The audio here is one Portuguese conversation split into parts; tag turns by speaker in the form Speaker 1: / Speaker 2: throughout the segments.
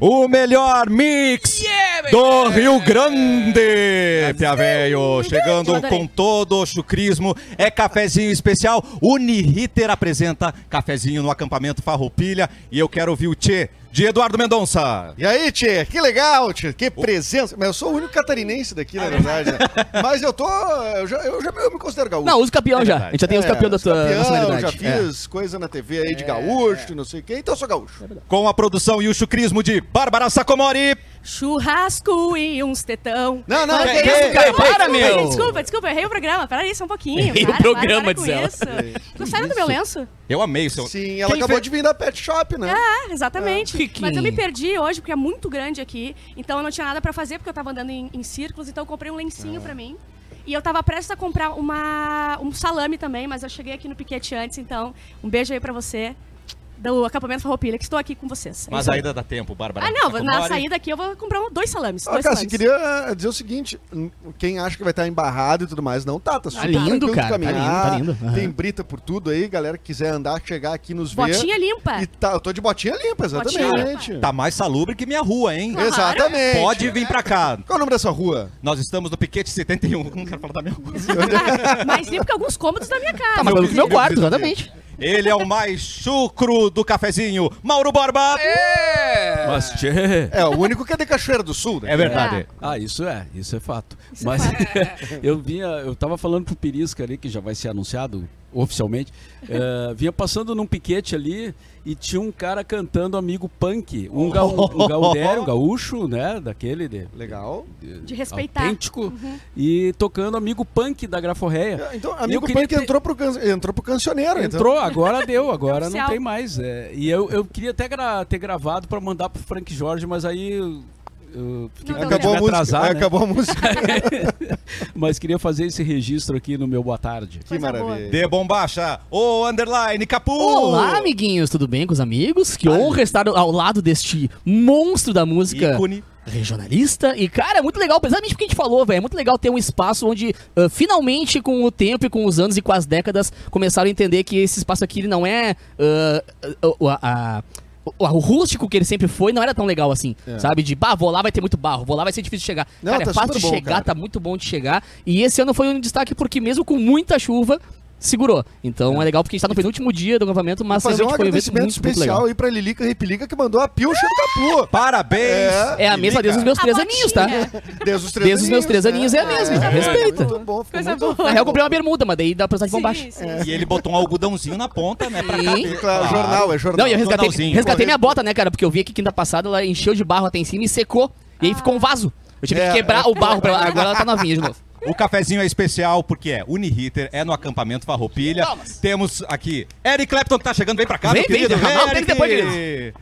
Speaker 1: o melhor mix do Rio Grande. Pia Velho, chegando
Speaker 2: adorei.
Speaker 1: com todo o chucrismo. É cafezinho especial. Uniriter apresenta cafezinho no acampamento Farroupilha. E eu quero ouvir o Tchê de Eduardo Mendonça.
Speaker 3: E aí, Tchê, que legal, Tchê, que presença. Mas eu sou o único catarinense daqui, na verdade. né? Mas eu tô. Eu já, eu já eu me considero gaúcho.
Speaker 4: Não, usa o campeão
Speaker 1: É
Speaker 4: já.
Speaker 1: verdade.
Speaker 4: A gente já tem os
Speaker 3: É,
Speaker 4: campeões da
Speaker 3: sou
Speaker 4: tua
Speaker 3: campeão,
Speaker 4: nacionalidade.
Speaker 3: Já
Speaker 4: É.
Speaker 3: fiz coisa na TV aí de gaúcho, não sei o quê, então eu sou gaúcho.
Speaker 1: Com a produção e o chucrismo de Bárbara Sacomori.
Speaker 2: Churrasco e uns tetão.
Speaker 3: Não, não,
Speaker 2: Mas
Speaker 3: que
Speaker 2: que
Speaker 3: isso,
Speaker 4: cara,
Speaker 2: desculpa,
Speaker 4: para,
Speaker 3: é,
Speaker 2: desculpa,
Speaker 4: meu.
Speaker 2: Desculpa, desculpa, errei o programa. Pera aí, só um pouquinho.
Speaker 4: Errei o
Speaker 2: para, para,
Speaker 4: programa,
Speaker 2: para com
Speaker 4: diz ela.
Speaker 2: isso. Gostaram do meu lenço?
Speaker 1: Eu amei seu.
Speaker 3: Sim, ela
Speaker 4: Quem
Speaker 3: acabou
Speaker 4: fez-
Speaker 3: de vir da Pet Shop, né?
Speaker 2: Ah, exatamente.
Speaker 4: Chiquinho.
Speaker 2: Mas eu me perdi hoje, porque é muito grande aqui. Então eu não tinha nada pra fazer, porque eu tava andando em, em círculos. Então eu comprei um
Speaker 3: Ah.
Speaker 2: lencinho pra mim. E eu tava prestes a comprar uma, um salame também, mas eu cheguei aqui no piquete antes. Então, um beijo aí pra você, do acampamento Farroupilha, que estou aqui com vocês. É
Speaker 1: Mas
Speaker 2: isso aí.
Speaker 1: ainda dá tempo, Bárbara.
Speaker 2: Ah, não,
Speaker 3: tá
Speaker 2: na
Speaker 1: Sacomori.
Speaker 2: saída aqui eu vou comprar um- dois salames.
Speaker 3: Ah,
Speaker 2: dois
Speaker 3: cara, você
Speaker 2: salames.
Speaker 3: queria dizer o seguinte: n- quem acha que vai estar embarrado e tudo mais, não tá. Tá, super
Speaker 4: lindo,
Speaker 3: tranquilo de
Speaker 4: cara, tá
Speaker 3: caminhar,
Speaker 4: lindo, tá lindo. Aham.
Speaker 3: Tem brita por tudo aí, galera que quiser andar, chegar aqui nos ver.
Speaker 2: Botinha limpa.
Speaker 3: E tá, eu tô de botinha limpa, exatamente.
Speaker 2: Botinha
Speaker 1: Tá mais salubre que minha rua, hein?
Speaker 2: Claro.
Speaker 3: Exatamente.
Speaker 1: Pode vir pra cá.
Speaker 3: Qual é o nome dessa rua?
Speaker 1: Nós estamos no Piquete 71. Não quero falar da minha rua.
Speaker 2: mais limpo que alguns cômodos da minha casa.
Speaker 4: Tá, mas pelo meu quarto,
Speaker 3: meu
Speaker 4: exatamente.
Speaker 1: Ele é o mais chucro do cafezinho, Mauro Borba.
Speaker 5: Mas, tchê.
Speaker 3: É, o único que é de Cachoeira do Sul, né?
Speaker 1: É verdade.
Speaker 5: Ah, isso é, isso é fato.
Speaker 2: Isso é
Speaker 5: Mas eu vinha, eu tava falando pro Pirisca ali, que já vai ser anunciado oficialmente. eh, vinha passando num piquete ali e tinha um cara cantando amigo punk. Um, ga, um gaudério, um gaúcho, né? Daquele de,
Speaker 3: Legal.
Speaker 2: De respeitar. Uhum.
Speaker 5: autêntico. E tocando amigo punk da Graforreia.
Speaker 3: Então,
Speaker 5: Eu
Speaker 3: amigo
Speaker 5: queria
Speaker 3: Punk
Speaker 5: ter-
Speaker 3: entrou, pro can... entrou pro cancioneiro, então.
Speaker 5: Entrou, agora deu, agora não
Speaker 2: Oficial.
Speaker 5: tem mais. é. E eu, eu queria até gra- ter gravado pra mandar pro Frank Jorge, mas aí. eu- eu fiquei
Speaker 2: Não
Speaker 5: com
Speaker 2: deu
Speaker 5: medo de
Speaker 3: Acabou a
Speaker 5: me
Speaker 3: música.
Speaker 5: atrasar, né?
Speaker 3: Acabou a música.
Speaker 5: Mas queria fazer esse registro aqui no meu Boa Tarde.
Speaker 4: é
Speaker 3: que
Speaker 2: Coisa boa.
Speaker 3: maravilha.
Speaker 1: De Bombacha, o Underline Capu.
Speaker 4: Olá, amiguinhos, tudo bem com os amigos? Que honra estar ao lado deste monstro da música
Speaker 1: Ícone.
Speaker 4: regionalista. E, cara, é muito legal, precisamente porque a gente falou, velho. É muito legal ter um espaço onde, ah, finalmente, com o tempo e com os anos e com as décadas, começaram a entender que esse espaço aqui ele não é. ah, o- a- a- o- o rústico que ele sempre foi não era tão legal assim, sabe? De, bah, vou lá, vai ter muito barro, vou lá, vai ser difícil de chegar.
Speaker 3: É. Não,
Speaker 4: cara,
Speaker 3: tá
Speaker 4: é fácil
Speaker 3: super
Speaker 4: de
Speaker 3: bom,
Speaker 4: chegar,
Speaker 3: cara.
Speaker 4: tá muito bom de chegar. E esse ano foi um destaque porque mesmo com muita chuva, segurou. Então é, legal porque a gente tá no penúltimo dia do acampamento, mas
Speaker 3: Fazer um
Speaker 4: realmente foi um evento
Speaker 3: agradecimento
Speaker 4: muito, muito
Speaker 3: especial
Speaker 4: legal.
Speaker 3: aí pra Lilica Repilica que mandou a pilcha do Capu.
Speaker 1: Parabéns.
Speaker 4: É a mesma desde os meus três aninhos, tá?
Speaker 3: Desde os três
Speaker 4: Desde os meus três aninhos é a mesma,
Speaker 3: É,
Speaker 4: respeita.
Speaker 3: Muito bom, ficou
Speaker 2: Coisa
Speaker 3: muito
Speaker 4: Na
Speaker 2: boa.
Speaker 4: real, eu comprei uma bermuda, mas daí dá pra usar de
Speaker 2: Sim,
Speaker 4: bombacha.
Speaker 2: sim.
Speaker 1: E ele botou um algodãozinho na ponta, né? Pra
Speaker 4: Sim.
Speaker 1: caber.
Speaker 3: Claro, jornal, é jornal.
Speaker 4: Não, e eu resgatei,
Speaker 1: Jornalzinho.
Speaker 4: resgatei minha bota, né, cara? Porque eu vi aqui quinta passada, ela encheu de barro até em cima e secou. E aí ficou um vaso. Eu tive
Speaker 3: É,
Speaker 4: que quebrar o barro pra ela. Agora ela tá novinha de novo.
Speaker 1: O cafezinho é especial porque é Uniriter, é no acampamento Farroupilha.
Speaker 4: Palmas.
Speaker 1: Temos aqui Eric Clapton que tá chegando, vem pra cá,
Speaker 4: Vem,
Speaker 1: meu
Speaker 4: vem,
Speaker 1: querido.
Speaker 4: derramar o
Speaker 1: Eric.
Speaker 4: drink depois, querido.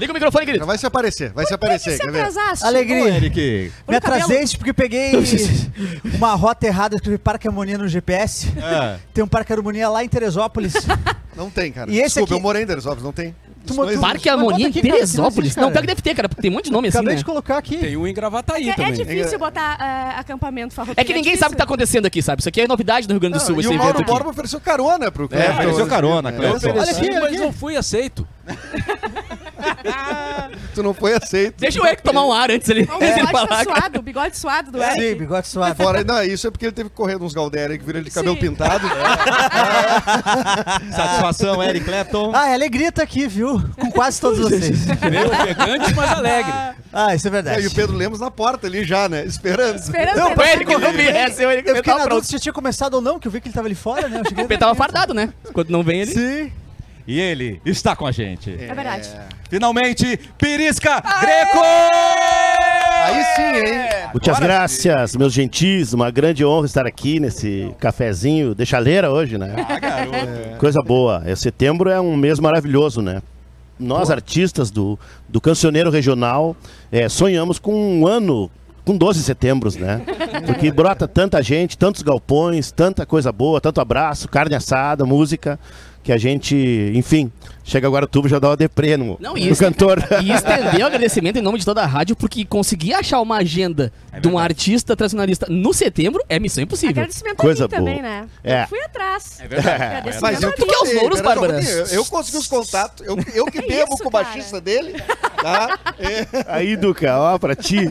Speaker 4: Liga o microfone,
Speaker 3: Já
Speaker 4: querido.
Speaker 3: vai se aparecer, vai se aparecer,
Speaker 2: Se
Speaker 3: quer
Speaker 2: tipo,
Speaker 3: ver?
Speaker 2: atrasaste.
Speaker 1: Ô,
Speaker 6: Alegria.
Speaker 1: Eric.
Speaker 6: Me
Speaker 2: Olha o cabelo.
Speaker 6: atrasei porque peguei uma rota errada, escrevi Parque Harmonia no GPS.
Speaker 4: É,
Speaker 1: Ah,
Speaker 6: Tem um Parque Harmonia lá em Teresópolis.
Speaker 3: Não tem, cara.
Speaker 6: E esse
Speaker 3: Desculpa, eu
Speaker 6: aqui-
Speaker 3: morei em Deresópolis, não tem.
Speaker 6: Tu
Speaker 3: Isso não
Speaker 6: botou-
Speaker 7: um
Speaker 3: existe.
Speaker 4: Parque
Speaker 6: Mas bota
Speaker 4: Harmonia em
Speaker 6: aqui, cara, isso não
Speaker 4: Teresópolis.
Speaker 6: existe,
Speaker 4: Não,
Speaker 6: cara.
Speaker 4: pior que deve ter, cara, porque tem um monte de nome assim,
Speaker 6: Acabei
Speaker 4: né?
Speaker 6: de colocar aqui.
Speaker 5: Tem um em Gravataí
Speaker 2: É, que é
Speaker 5: também.
Speaker 2: difícil botar eh, acampamento farroupilha.
Speaker 4: É que ninguém
Speaker 2: difícil.
Speaker 4: sabe o que tá acontecendo aqui, sabe? Isso aqui é novidade do Rio Grande do Sul,
Speaker 3: e
Speaker 4: esse
Speaker 3: o
Speaker 4: evento
Speaker 3: Mauro
Speaker 4: aqui.
Speaker 3: Borba ofereceu carona pro
Speaker 1: É, apareceu carona,
Speaker 5: Eu
Speaker 1: Cleuton.
Speaker 5: ofereci,
Speaker 6: Olha aqui, olha
Speaker 5: mas
Speaker 6: aqui.
Speaker 5: não fui aceito.
Speaker 3: Tu não foi aceito.
Speaker 4: Deixa o Eric tomar um ar antes ele,
Speaker 2: O
Speaker 4: ele
Speaker 2: bigode tá
Speaker 4: falar. cara.
Speaker 2: suado, o bigode suado
Speaker 6: É,
Speaker 2: do Eric.
Speaker 6: Sim, bigode suave.
Speaker 3: Fora, não, isso é porque ele teve que correr uns Galdéria que viram ele de cabelo
Speaker 2: Sim.
Speaker 3: pintado.
Speaker 1: Satisfação, Eric Clapton.
Speaker 6: Ah, é alegria tá aqui, viu? Com quase todos vocês.
Speaker 5: Meio ofegante, mas alegre.
Speaker 6: Ah, isso é
Speaker 3: É,
Speaker 6: verdade.
Speaker 3: e o Pedro Lemos na porta ali já, né? Esperando.
Speaker 2: Esperando
Speaker 4: Não,
Speaker 2: Pedro.
Speaker 4: o Eric, eu vi essa, o Eric
Speaker 6: Eu fiquei na
Speaker 4: tava
Speaker 6: dúvida
Speaker 4: pronto.
Speaker 6: se já tinha começado ou não, que eu vi que ele tava ali fora, né? Eu cheguei-
Speaker 4: Ele tava fardado, né? Quando não vem ele...
Speaker 6: Sim.
Speaker 1: E ele está com a gente.
Speaker 2: É verdade.
Speaker 1: Finalmente, Pirisca Greco!
Speaker 3: Aí sim, hein?
Speaker 8: Muitas graças, meus gentis. Uma grande honra estar aqui nesse cafezinho de chaleira hoje, né?
Speaker 1: Ah,
Speaker 8: Coisa boa. É, setembro é um mês maravilhoso, né? Nós, artistas do, do cancioneiro regional, é, sonhamos com um ano com 12 setembros, né? Porque brota tanta gente, tantos galpões, tanta coisa boa, tanto abraço, carne assada, música, que a gente, enfim, chega agora outubro já dá uma deprê no,
Speaker 4: Não,
Speaker 8: no
Speaker 4: isso-
Speaker 8: cantor.
Speaker 4: E estender o agradecimento em nome de toda a rádio, porque conseguir achar uma agenda de um artista tradicionalista no setembro é missão impossível.
Speaker 2: Agradecimento
Speaker 8: Coisa
Speaker 2: a mim também,
Speaker 8: boa.
Speaker 2: né?
Speaker 8: É.
Speaker 2: Eu fui atrás. É
Speaker 1: verdade.
Speaker 3: Mas eu
Speaker 4: Tu quer é os
Speaker 3: falei,
Speaker 4: louros,
Speaker 3: Pedro, um eu
Speaker 4: Bárbara? É
Speaker 3: falei, Eu, eu consegui os contatos. Eu, eu que bebo
Speaker 2: isso,
Speaker 3: com o baixista dele. Tá?
Speaker 8: Aí, Duca, ó, pra ti.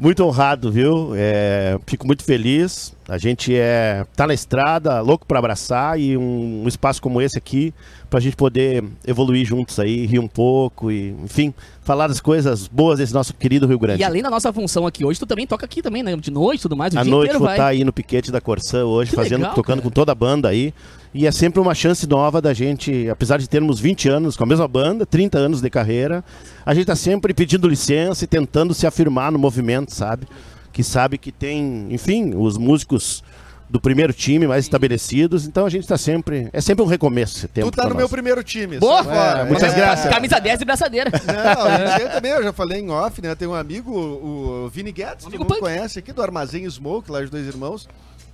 Speaker 8: Muito honrado, viu? É, fico muito feliz. A gente é, tá na estrada, louco pra abraçar e um, um espaço como esse aqui, pra gente poder evoluir juntos aí, rir um pouco e, enfim, falar das coisas boas desse nosso querido Rio Grande.
Speaker 4: E além da nossa função aqui hoje, tu também toca aqui também, né? De noite e tudo mais, o
Speaker 8: À
Speaker 4: dia
Speaker 8: noite
Speaker 4: inteiro
Speaker 8: vou
Speaker 4: vai.
Speaker 8: estar aí no piquete da Corsã hoje,
Speaker 4: Que
Speaker 8: fazendo,
Speaker 4: legal,
Speaker 8: tocando
Speaker 4: cara.
Speaker 8: com toda a banda aí. E é sempre uma chance nova da gente, apesar de termos 20 anos com a mesma banda, 30 anos de carreira, a gente tá sempre pedindo licença e tentando se afirmar no movimento, sabe? Que sabe que tem, enfim, os músicos do primeiro time mais estabelecidos, então a gente tá sempre, é sempre um recomeço esse tempo.
Speaker 3: Tu tá
Speaker 8: pra
Speaker 3: no
Speaker 8: nós.
Speaker 3: meu primeiro time.
Speaker 4: Boa!
Speaker 3: sai fora.
Speaker 8: É, muitas
Speaker 3: É.
Speaker 8: graças.
Speaker 4: Camisa 10 e braçadeira.
Speaker 3: Não, gente, eu também, eu já falei em off, né? Tem um amigo, o o Vini Guedes, que
Speaker 4: Amigo
Speaker 3: todo mundo
Speaker 4: punk.
Speaker 3: conhece aqui, do Armazém Smoke, lá os dois irmãos.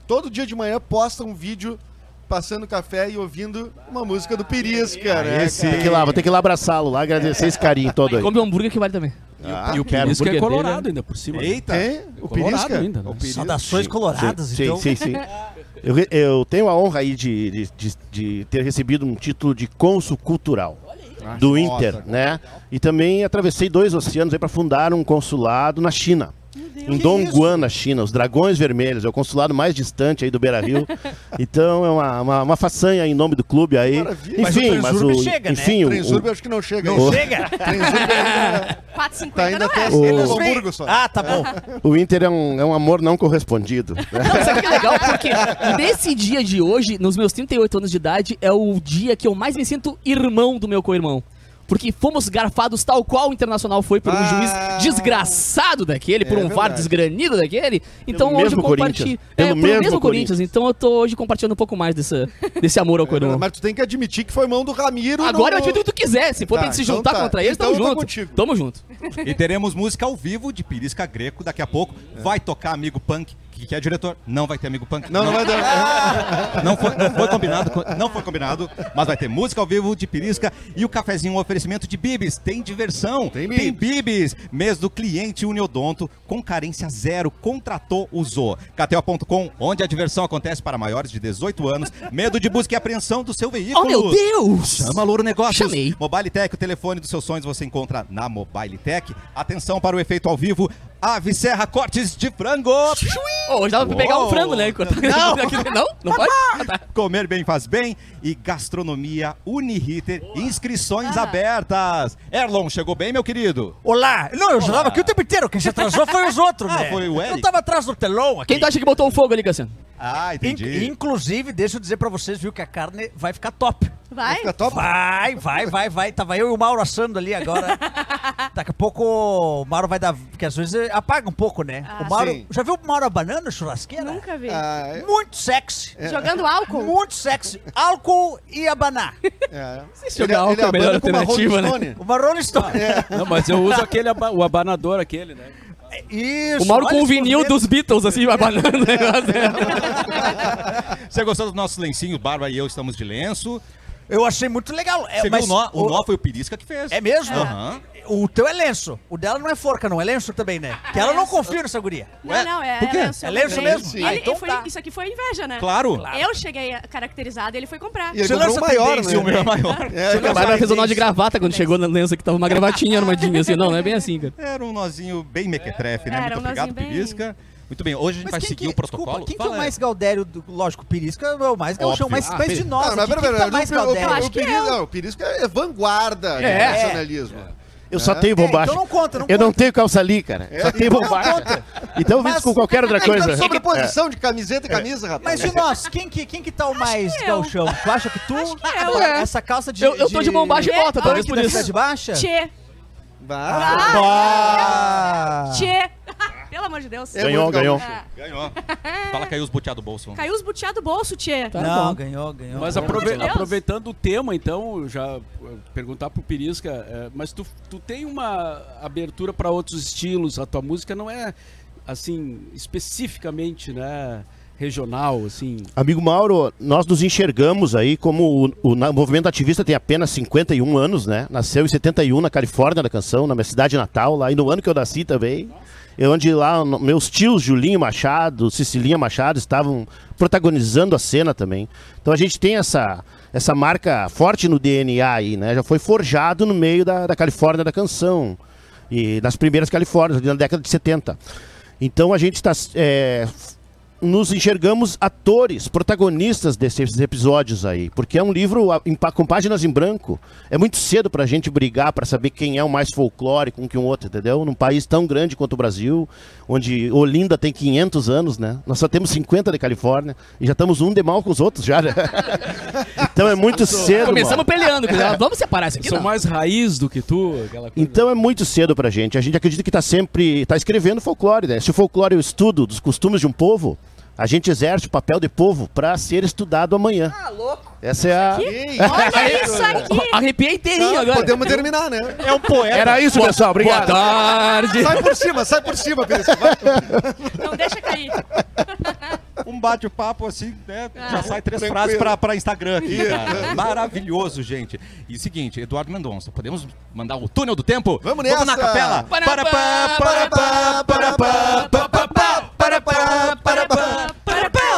Speaker 3: Todo dia de manhã posta um vídeo passando café e ouvindo uma música do Pirisca, né?
Speaker 8: Esse, tem que ir lá, vou ter que ir lá abraçá-lo lá, agradecer esse carinho todo aí.
Speaker 4: Come um hambúrguer que vale também.
Speaker 8: Ah,
Speaker 5: E o
Speaker 8: quero.
Speaker 5: Pirisca é
Speaker 4: hambúrguer
Speaker 5: colorado
Speaker 4: dele, né?
Speaker 5: ainda por cima.
Speaker 1: Eita!
Speaker 3: Tem? O
Speaker 5: Colorado
Speaker 3: Pirisca?
Speaker 5: ainda, né?
Speaker 3: O Pirisca. é
Speaker 6: Saudações coloradas,
Speaker 8: sim,
Speaker 6: então.
Speaker 8: Sim, sim, Eu, re- eu tenho a honra aí de, de, de- de ter recebido um título de cônsul cultural do Inter, né? E também atravessei dois oceanos aí para fundar um consulado na China. Em Dongguan, na China, os Dragões Vermelhos, é o consulado mais distante aí do Beira Rio. então é uma, uma, uma façanha em nome do clube aí.
Speaker 3: Maravilha.
Speaker 6: Mas o
Speaker 8: Enfim, mas o.
Speaker 6: Transurbe chega, né?
Speaker 8: enfim, o-
Speaker 3: Transurbe eu acho que não chega
Speaker 8: Não
Speaker 3: aí.
Speaker 6: Chega!
Speaker 3: Transurbe ainda- tá
Speaker 2: 4,50
Speaker 3: ainda
Speaker 2: não é.
Speaker 3: até
Speaker 8: O-
Speaker 3: o Hamburgo só.
Speaker 6: Ah, tá bom.
Speaker 8: o, o Inter é um, é um amor não correspondido. né?
Speaker 4: Não, sabe que é legal? Porque nesse dia de hoje, nos meus 38 anos de idade, é o dia que eu mais me sinto irmão do meu co-irmão. Porque fomos garfados tal qual o Internacional foi por um
Speaker 3: Ah.
Speaker 4: juiz desgraçado daquele, por
Speaker 3: É
Speaker 4: um VAR
Speaker 3: verdade.
Speaker 4: desgranido daquele. Então hoje
Speaker 8: mesmo
Speaker 4: eu compartilho.
Speaker 8: Corinthians.
Speaker 4: É,
Speaker 8: Pelo
Speaker 4: pelo
Speaker 8: mesmo
Speaker 4: mesmo, Corinthians.
Speaker 8: Corinthians.
Speaker 4: Então eu tô hoje compartilhando um pouco mais dessa, desse
Speaker 3: É
Speaker 4: amor ao co-irmão.
Speaker 3: Mas tu tem que admitir que foi mão do Ramiro.
Speaker 4: Agora eu
Speaker 3: no...
Speaker 4: admito o que tu quiser. Se for
Speaker 3: Tá,
Speaker 4: pra gente se
Speaker 3: então
Speaker 4: juntar
Speaker 3: tá.
Speaker 4: contra eles,
Speaker 3: Então
Speaker 4: tamo
Speaker 3: eu tô
Speaker 4: junto.
Speaker 3: contigo.
Speaker 4: Tamo junto.
Speaker 1: E teremos música ao vivo de Pirisca Greco daqui a pouco.
Speaker 3: É.
Speaker 1: Vai tocar Amigo Punk, que, que é diretor. Não vai ter Amigo Punk.
Speaker 3: Não, não vai dar.
Speaker 1: Não foi, não foi combinado, co- não foi combinado, mas vai ter música ao vivo de Pirisca e o cafezinho um oferecimento de Bibis. Tem diversão,
Speaker 3: Tem
Speaker 1: tem Bibis. Mês do cliente Uniodonto, com carência zero, contratou, usou. KTO.com, onde a diversão acontece para maiores de 18 anos, medo de busca e apreensão do seu veículo.
Speaker 4: Oh, meu Deus!
Speaker 1: Chama a Louro Negócios.
Speaker 4: Chamei.
Speaker 1: Mobile Tech, o telefone dos seus sonhos você encontra na Mobile Tech. Atenção para o efeito ao vivo. Ave Serra Cortes de Frango.
Speaker 4: Ô, hoje dava pra pegar um
Speaker 1: Uou.
Speaker 4: frango, né? Não, não, não pode? Ah, tá.
Speaker 1: Comer bem faz bem. E Gastronomia Uniriter. Inscrições
Speaker 2: Ah.
Speaker 1: abertas. Erlon, chegou bem, meu querido?
Speaker 6: Olá! Não, eu jogava aqui o tempo inteiro. Quem se atrasou foi os outros, né?
Speaker 1: foi o Eric.
Speaker 6: Eu tava atrás do telão aqui.
Speaker 4: Quem tá- tu acha que botou o fogo ali, Cassiano?
Speaker 1: Ah,
Speaker 6: In-
Speaker 1: entendi.
Speaker 6: inclusive, deixa eu dizer pra vocês, viu, que a carne vai ficar top.
Speaker 2: Vai?
Speaker 3: Fica top.
Speaker 6: Vai, vai, vai, vai. Tava eu e o Mauro assando ali agora. Daqui a pouco o Mauro vai dar. Porque às vezes ele apaga um pouco, né?
Speaker 2: Ah,
Speaker 6: o Mauro.
Speaker 3: sim.
Speaker 6: Já viu o Mauro abanando a churrasqueira?
Speaker 2: Nunca vi.
Speaker 3: Ah, é-
Speaker 6: Muito sexy.
Speaker 2: Jogando álcool?
Speaker 6: Muito sexy. Álcool e abanar.
Speaker 3: é.
Speaker 4: Se jogar álcool é a
Speaker 3: abana
Speaker 4: melhor
Speaker 3: com uma
Speaker 4: alternativa,
Speaker 3: Rolling
Speaker 4: né?
Speaker 3: Stone.
Speaker 6: Uma Rolling Stone.
Speaker 1: É.
Speaker 5: Não, mas eu uso aquele aba- o abanador aquele, né?
Speaker 6: É, Isso.
Speaker 4: O Mauro
Speaker 6: olha
Speaker 4: com o
Speaker 6: esse
Speaker 4: vinil
Speaker 6: movimento.
Speaker 4: dos Beatles, assim, vai abanando o negócio. né?
Speaker 1: Você gostou do nosso lencinho? Barba e eu estamos de lenço.
Speaker 6: Eu achei muito legal. É,
Speaker 1: Você
Speaker 6: mas
Speaker 1: viu o nó? O
Speaker 6: o-
Speaker 1: nó foi o Pirisca que fez.
Speaker 6: É mesmo?
Speaker 1: Aham.
Speaker 6: O teu é lenço. O dela não é forca, não. É lenço também, né? Que ela não confia nessa guria.
Speaker 2: Não, não, é,
Speaker 1: Por quê?
Speaker 2: é lenço.
Speaker 6: É lenço
Speaker 2: também.
Speaker 6: mesmo?
Speaker 2: E
Speaker 6: Ah,
Speaker 2: ele-
Speaker 6: então
Speaker 2: foi-
Speaker 6: tá.
Speaker 2: Isso aqui foi inveja, né?
Speaker 1: Claro.
Speaker 2: Eu cheguei caracterizado e ele foi comprar.
Speaker 3: E ele
Speaker 6: Você
Speaker 3: comprou
Speaker 6: lança
Speaker 3: um maior,
Speaker 6: tendência,
Speaker 1: Se o meu
Speaker 3: né?
Speaker 1: é maior.
Speaker 3: É,
Speaker 4: A Bárbara fez o nó de gravata quando chegou na lença que tava uma gravatinha armadinha, assim. Não, não é bem assim, cara.
Speaker 1: Era um nozinho bem mequetrefe, né?
Speaker 2: Era
Speaker 1: Muito
Speaker 2: um
Speaker 1: obrigado,
Speaker 2: nozinho bem-
Speaker 1: Pirisca. Muito bem, hoje a gente vai seguir o protocolo.
Speaker 6: quem que é
Speaker 1: Fala,
Speaker 6: o mais gaudério? do- lógico, o Pirisca é o mais gauchão,
Speaker 1: Óbvio.
Speaker 6: mas,
Speaker 1: Ah,
Speaker 6: mas de
Speaker 1: Pirisca.
Speaker 6: nós.
Speaker 3: Não, mas
Speaker 6: aqui,
Speaker 3: pera,
Speaker 6: quem que
Speaker 3: pera,
Speaker 6: tá
Speaker 3: o
Speaker 6: mais
Speaker 3: Pir- o Pir-
Speaker 6: gaudério?
Speaker 2: acho
Speaker 3: o
Speaker 2: que é
Speaker 3: Pirisca-
Speaker 2: eu.
Speaker 3: não, o Pirisca é vanguarda
Speaker 4: É.
Speaker 3: do nacionalismo.
Speaker 8: Eu só tenho
Speaker 6: É,
Speaker 8: bobagem.
Speaker 6: então não conta, não
Speaker 8: eu não
Speaker 6: conta. É.
Speaker 8: tenho calçalia, cara. Só tenho bobagem. Então eu
Speaker 6: Mas-
Speaker 8: visto com qualquer outra
Speaker 3: É.
Speaker 8: coisa.
Speaker 3: sobreposição de camiseta e camisa,
Speaker 6: Mas
Speaker 3: rapaz.
Speaker 6: de nós, quem que, quem que tá o mais
Speaker 2: que eu.
Speaker 6: gauchão? Tu acha que tu?
Speaker 2: eu.
Speaker 6: Essa calça de.
Speaker 4: Eu, eu tô de mão baixa e
Speaker 2: de-
Speaker 4: bota, talvez
Speaker 6: punk
Speaker 4: por
Speaker 6: da
Speaker 4: isso.
Speaker 6: cidade baixa?
Speaker 2: Tchê,
Speaker 3: Bah,
Speaker 6: Ah.
Speaker 2: tchê. Pelo amor de Deus.
Speaker 3: É
Speaker 8: Ganhou,
Speaker 3: muito
Speaker 8: ganhou.
Speaker 3: gaúcho.
Speaker 1: É. Ganhou. Fala, caiu os boteados do bolso.
Speaker 2: Caiu os boteados do bolso, tchê.
Speaker 4: Tá
Speaker 6: não,
Speaker 4: bom.
Speaker 6: ganhou, ganhou.
Speaker 5: Mas
Speaker 6: ganhou.
Speaker 5: aprove-
Speaker 2: Deus.
Speaker 5: aproveitando o tema, então, eu já eh, perguntar pro Pirisca, eh, mas tu, tu tem uma abertura para outros estilos, a tua música não é, assim, especificamente, né, regional, assim.
Speaker 8: Amigo Mauro, nós nos enxergamos aí como o, o na- movimento ativista tem apenas 51 anos, né? Nasceu em 71 na Califórnia, na canção, na minha cidade natal, lá, e no ano que eu nasci também. Eu onde lá no- meus tios Julinho Machado, Cicilinha Machado estavam protagonizando a cena também. Então a gente tem essa essa marca forte no DNA aí, né? Já foi forjado no meio da, da Califórnia da canção e nas primeiras Califórnias ali na década de 70. Então a gente é, está nos enxergamos atores, protagonistas desses episódios aí, porque é um livro a- em pá- com páginas em branco. É muito cedo pra gente brigar pra saber quem é o mais folclórico um que o outro, entendeu? Num país tão grande quanto o Brasil, onde Olinda tem 500 anos, né? Nós só temos 50 de Califórnia e já estamos um de mal com os outros já. né? então é muito cedo.
Speaker 4: Começamos
Speaker 8: mano.
Speaker 4: peleando, cuidado. vamos separar É. isso aqui.
Speaker 5: Sou
Speaker 4: não.
Speaker 5: mais raiz do que tu, aquela coisa. né?
Speaker 8: Então é muito cedo pra gente. A gente acredita que tá sempre tá escrevendo folclore, né? Se o folclore é o estudo dos costumes de um povo, a gente exerce o papel de povo pra ser estudado amanhã. Ah, louco. Essa é a
Speaker 2: Olha isso aqui!
Speaker 4: né? Arrepiei inteirinho
Speaker 3: Não,
Speaker 4: agora.
Speaker 3: podemos terminar, né?
Speaker 1: É um poeta.
Speaker 8: Era isso, pessoal.
Speaker 4: Boa
Speaker 8: Obrigado.
Speaker 4: tarde.
Speaker 3: Sai por cima, sai por cima, Perisca. Vai.
Speaker 2: Não deixa cair.
Speaker 1: um bate-papo assim, né? Já sai três
Speaker 3: Tranquilo.
Speaker 1: frases pra, pra Instagram aqui, cara. Maravilhoso, gente. E seguinte, Eduardo Mendonça, podemos mandar o túnel do tempo?
Speaker 3: Vamos
Speaker 1: Vamos na
Speaker 3: nessa.
Speaker 1: capela!
Speaker 4: Parapá,
Speaker 1: parapá, parapá, parapá, parapá, parapá, parapá.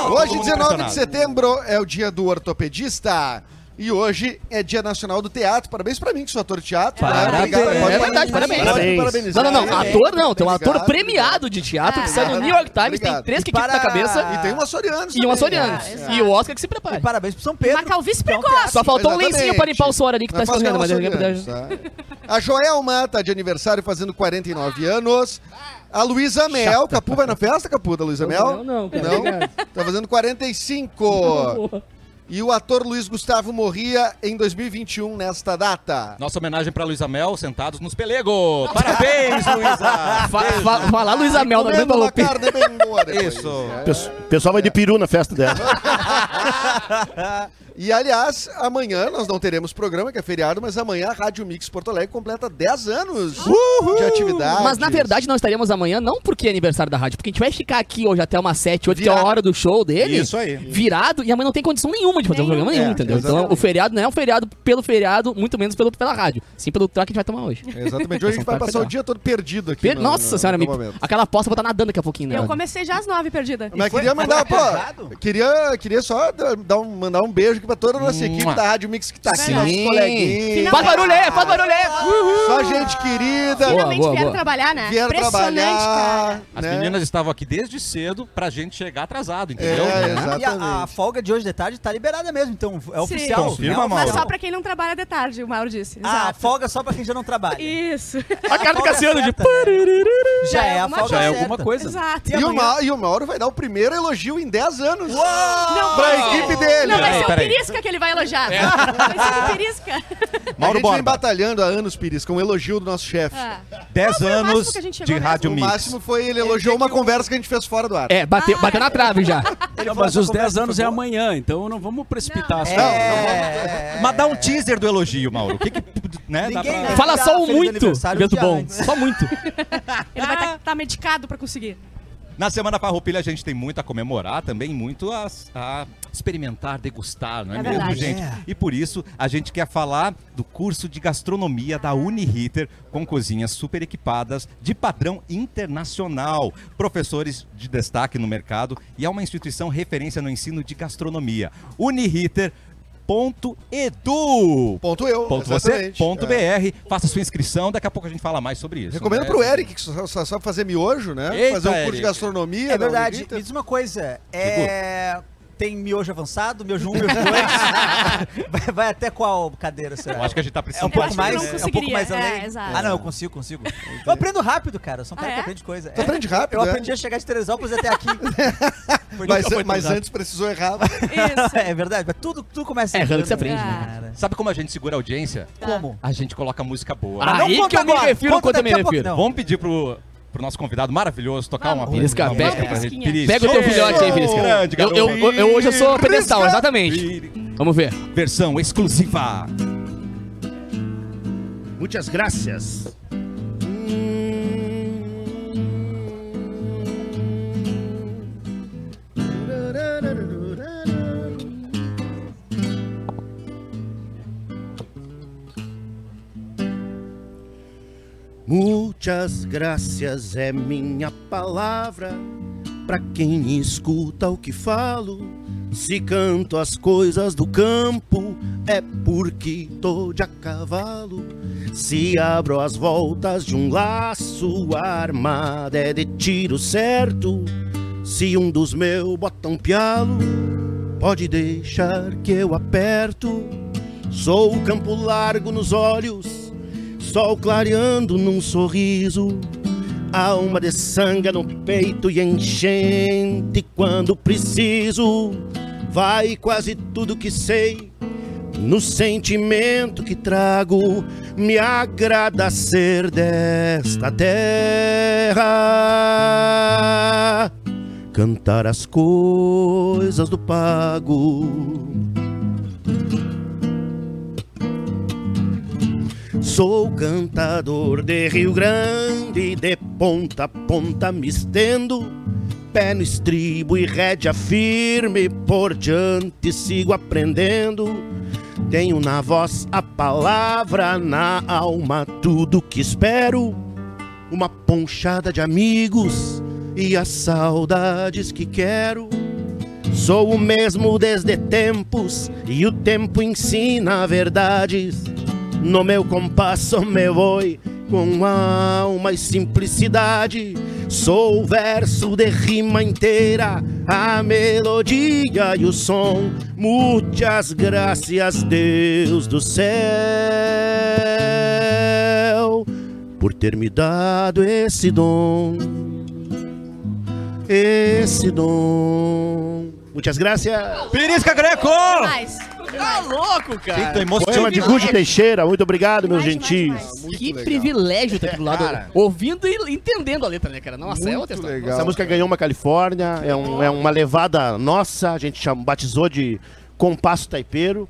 Speaker 1: Todo
Speaker 3: Hoje, 19
Speaker 1: mundo
Speaker 3: de
Speaker 1: impressionado.
Speaker 3: setembro, é o dia do ortopedista. E hoje é Dia Nacional do Teatro. Parabéns pra mim, que sou ator de teatro. né?
Speaker 6: Parabéns.
Speaker 3: Obrigado,
Speaker 4: É
Speaker 3: pode É.
Speaker 4: verdade,
Speaker 3: parabenizar.
Speaker 4: parabéns.
Speaker 3: Pode
Speaker 8: Parabéns.
Speaker 4: Não,
Speaker 3: parabenizar.
Speaker 4: não, não. Ator não. Tem um
Speaker 3: Obrigado.
Speaker 4: ator premiado de
Speaker 2: É.
Speaker 4: teatro que sai no
Speaker 3: Ah,
Speaker 4: New York Times, tem
Speaker 3: obrigado.
Speaker 4: três que quitam na cabeça
Speaker 3: E tem uma Soriano.
Speaker 4: e um açoriano.
Speaker 2: exato.
Speaker 4: E o Oscar que se prepara.
Speaker 6: E parabéns pro São Pedro.
Speaker 2: Uma calvície
Speaker 6: que é um
Speaker 2: precoce.
Speaker 6: teatro.
Speaker 4: Só faltou um
Speaker 3: Exatamente.
Speaker 4: lencinho pra limpar o suor ali que tá
Speaker 3: Mas faz
Speaker 4: escorrendo, mas
Speaker 3: Gabriel
Speaker 4: ninguém puder.
Speaker 3: Soriano, tá? A Joelma tá de aniversário fazendo 49 anos. A Luísa Mel. Capu vai na festa, Capu, da Luísa Mel?
Speaker 4: Não, não, cara.
Speaker 3: Não? Tá fazendo 45. E o ator Luiz Gustavo morria em 2021 nesta data.
Speaker 1: Nossa homenagem pra Luísa Mel, sentados nos pelego. Parabéns,
Speaker 3: Ah,
Speaker 1: Luísa!
Speaker 4: Fa- fa- Falar Luiz Amel na mesma
Speaker 3: Tá Comendo uma
Speaker 4: roupinha.
Speaker 3: carne bem boa depois.
Speaker 1: Isso.
Speaker 3: É.
Speaker 8: Pesso- pessoal vai de peru na festa dela.
Speaker 3: E aliás, amanhã nós não teremos programa, que é feriado, mas amanhã a Rádio Mix Porto Alegre completa 10 anos de atividade.
Speaker 4: Mas na verdade não estaremos amanhã, não porque é aniversário da rádio, porque a gente vai ficar aqui hoje até umas 7, 8, que é a
Speaker 3: Virado.
Speaker 4: hora do show dele.
Speaker 1: Isso aí.
Speaker 4: Virado, e amanhã não tem condição nenhuma de fazer um
Speaker 2: Nenhum.
Speaker 4: programa nenhum,
Speaker 3: É,
Speaker 4: entendeu? Então
Speaker 3: exatamente.
Speaker 4: o feriado não é um feriado pelo feriado, muito menos pelo, pela rádio. Sim, pelo track que a gente vai tomar hoje.
Speaker 3: Exatamente. Hoje a gente vai passar o dia todo perdido aqui.
Speaker 4: Per-
Speaker 3: no-
Speaker 4: Nossa
Speaker 3: no-
Speaker 4: senhora,
Speaker 3: no
Speaker 4: me...
Speaker 3: momento.
Speaker 4: aquela aposta eu vou estar nadando daqui a pouquinho, né?
Speaker 2: Eu comecei já às nove, perdida.
Speaker 3: Mas
Speaker 6: foi-
Speaker 3: queria mandar,
Speaker 6: foi
Speaker 3: pô,
Speaker 6: pesado?
Speaker 3: queria, queria só dar dar um, mandar um beijo aqui pra toda a nossa equipe da Rádio Mix que tá aqui,
Speaker 2: Sim.
Speaker 3: nossos coleguinhas.
Speaker 4: Faz barulho aí, faz barulho aí!
Speaker 3: Só gente querida,
Speaker 4: Boa,
Speaker 2: Finalmente
Speaker 4: boa,
Speaker 2: vieram
Speaker 4: boa.
Speaker 2: trabalhar, né?
Speaker 3: é? vieram
Speaker 2: Impressionante,
Speaker 3: trabalhar.
Speaker 2: cara.
Speaker 1: As
Speaker 3: né?
Speaker 1: meninas estavam aqui desde cedo pra gente chegar atrasado, entendeu?
Speaker 3: É,
Speaker 6: Então, E a, a
Speaker 3: exatamente.
Speaker 6: folga de hoje de tarde tá liberada mesmo, então é oficial.
Speaker 1: Confirma,
Speaker 6: é oficial.
Speaker 1: Mauro.
Speaker 2: Mas só pra quem não trabalha de tarde, o Mauro disse.
Speaker 6: Ah, a
Speaker 2: Exato.
Speaker 6: folga só pra quem já não trabalha.
Speaker 2: Isso.
Speaker 4: A cara do
Speaker 6: folga
Speaker 4: Cassiano de.
Speaker 6: certa, Já é a
Speaker 2: uma
Speaker 6: folga
Speaker 2: coisa.
Speaker 1: Já é
Speaker 6: certa.
Speaker 1: alguma coisa.
Speaker 2: Exato.
Speaker 3: E o, Ma- e o Mauro vai dar o primeiro elogio em 10 anos
Speaker 2: Não,
Speaker 3: pra
Speaker 2: vai ser-
Speaker 3: equipe dele.
Speaker 2: Não, vai ser o
Speaker 1: Peraí.
Speaker 2: Perisca que ele vai elogiar. Vai ser o Perisca.
Speaker 1: Mauro
Speaker 3: a gente vem
Speaker 1: Borba,
Speaker 3: batalhando há anos, Pirisca, um elogio do nosso chefe.
Speaker 2: Ah,
Speaker 1: 10
Speaker 2: o máximo
Speaker 1: anos
Speaker 2: que a gente
Speaker 1: de
Speaker 2: chegou
Speaker 1: Rádio
Speaker 3: o
Speaker 1: Mix.
Speaker 3: máximo foi ele elogiou uma conversa que a gente fez fora do ar.
Speaker 4: É, bateu, bateu na trave já.
Speaker 6: Ele
Speaker 5: Não,
Speaker 6: falou
Speaker 5: mas
Speaker 6: essa
Speaker 5: os
Speaker 6: conversa
Speaker 5: 10 anos
Speaker 6: foi
Speaker 5: é
Speaker 6: boa.
Speaker 5: amanhã, então não vamos precipitar as
Speaker 6: É,
Speaker 5: coisas.
Speaker 1: Mas dá um teaser do elogio, Mauro. O que que, né, dá
Speaker 6: Ninguém
Speaker 1: pra-
Speaker 6: lembra.
Speaker 4: Fala só o
Speaker 6: Feliz
Speaker 4: muito,
Speaker 6: aniversário
Speaker 4: Beto
Speaker 6: um dia
Speaker 4: Bom.
Speaker 6: antes.
Speaker 4: Só muito.
Speaker 2: ele vai estar medicado pra conseguir.
Speaker 1: Na Semana Farroupilha a gente tem muito a comemorar também, muito a, a experimentar, degustar, não é,
Speaker 2: É
Speaker 1: mesmo,
Speaker 2: verdade.
Speaker 1: gente?
Speaker 6: É.
Speaker 1: E por isso a gente quer falar do curso de gastronomia da Uniriter, com cozinhas super equipadas de padrão internacional, professores de destaque no mercado e é uma instituição referência no ensino de gastronomia. Uniriter.edu.
Speaker 3: Ponto eu.
Speaker 1: Ponto você,
Speaker 3: exatamente.
Speaker 1: ponto
Speaker 3: É.
Speaker 1: BR. Faça sua inscrição, daqui a pouco a gente fala mais sobre isso.
Speaker 3: Recomendo
Speaker 1: né?
Speaker 3: pro Eric, que só, só sabe fazer miojo, né?
Speaker 1: Eita,
Speaker 3: fazer um curso de
Speaker 1: Eric.
Speaker 3: gastronomia. na
Speaker 6: É verdade.
Speaker 3: Uniriter.
Speaker 6: Me diz uma coisa. É... Tem miojo avançado, miojo 1, miojo 2. vai, vai até qual cadeira será?
Speaker 1: Eu acho que a gente tá
Speaker 6: É um
Speaker 1: precisando
Speaker 6: pouco
Speaker 2: acho que
Speaker 6: mais,
Speaker 2: não
Speaker 6: é um pouco
Speaker 2: conseguiria.
Speaker 6: mais além.
Speaker 2: É, exato.
Speaker 6: ah, não, eu consigo, consigo. Eu aprendo rápido, cara. Sou um cara
Speaker 2: Ah,
Speaker 6: que
Speaker 2: é?
Speaker 6: aprende coisa.
Speaker 3: Tu aprende rápido,
Speaker 6: Eu
Speaker 3: é?
Speaker 6: aprendi a chegar de Teresópolis até aqui. Foi
Speaker 3: Mas,
Speaker 6: nunca foi
Speaker 3: mas
Speaker 6: tão rápido.
Speaker 3: antes precisou errar.
Speaker 2: Isso.
Speaker 6: É verdade, mas tudo, tudo começa
Speaker 4: É, errando que você
Speaker 6: errando,
Speaker 4: aprende, né?
Speaker 6: cara.
Speaker 1: Sabe como a gente segura a audiência?
Speaker 6: Como?
Speaker 1: A gente coloca música boa.
Speaker 4: Ah,
Speaker 6: não
Speaker 4: Aí
Speaker 6: conta
Speaker 4: que eu me
Speaker 6: agora,
Speaker 4: refiro
Speaker 6: conta
Speaker 4: quando eu me
Speaker 6: daqui a pouco,
Speaker 4: refiro.
Speaker 6: não.
Speaker 1: Vamos pedir pro, pro nosso convidado maravilhoso tocar uma,
Speaker 4: Belisca,
Speaker 1: uma
Speaker 4: pega-
Speaker 1: música pra gente.
Speaker 2: Belisquinha.
Speaker 4: Pega o teu
Speaker 1: Belisca.
Speaker 4: filhote aí, Virisca.
Speaker 1: Grande,
Speaker 4: Eu,
Speaker 1: garoto.
Speaker 4: eu- eu- eu hoje eu sou pedestal, exatamente. Vamos ver.
Speaker 1: Versão exclusiva.
Speaker 8: Muitas graças.
Speaker 7: Muitas graças é minha palavra para quem escuta o que falo. Se canto as coisas do campo é porque tô de a cavalo. Se abro as voltas de um laço, a armada é de tiro certo. Se um dos meus bota um pialo, pode deixar que eu aperto. Sou o campo largo nos olhos, sol clareando num sorriso, alma de sangue no peito e enchente quando preciso. Vai quase tudo que sei, no sentimento que trago, me agrada ser desta terra. Cantar as coisas do pago. Sou cantador de Rio Grande, de ponta a ponta me estendo. Pé no estribo e rédea firme, por diante sigo aprendendo. Tenho na voz a palavra, na alma tudo que espero. Uma ponchada de amigos e as saudades que quero. Sou o mesmo desde tempos e o tempo ensina verdades. No meu compasso me vou com alma e simplicidade. Sou o verso de rima inteira, a melodia e o som. Muitas graças, Deus do céu, por ter me dado esse dom. Esse dom. Muitas graças.
Speaker 1: Perisca Greco!
Speaker 2: Mas,
Speaker 4: Tá louco, cara.
Speaker 1: Tô
Speaker 8: Poema de
Speaker 1: emocionado.
Speaker 8: Gujo Teixeira, muito obrigado, meus
Speaker 2: Demais,
Speaker 8: gentis.
Speaker 2: demais, demais.
Speaker 4: que
Speaker 3: legal.
Speaker 4: privilégio estar aqui do lado,
Speaker 8: Cara.
Speaker 4: ouvindo e entendendo a letra, né, cara? Nossa, é outra
Speaker 3: Muito
Speaker 4: história.
Speaker 3: legal.
Speaker 8: Essa música ganhou uma Califórnia, é, um- é uma levada nossa, a gente chama, batizou de Compasso Taipeiro.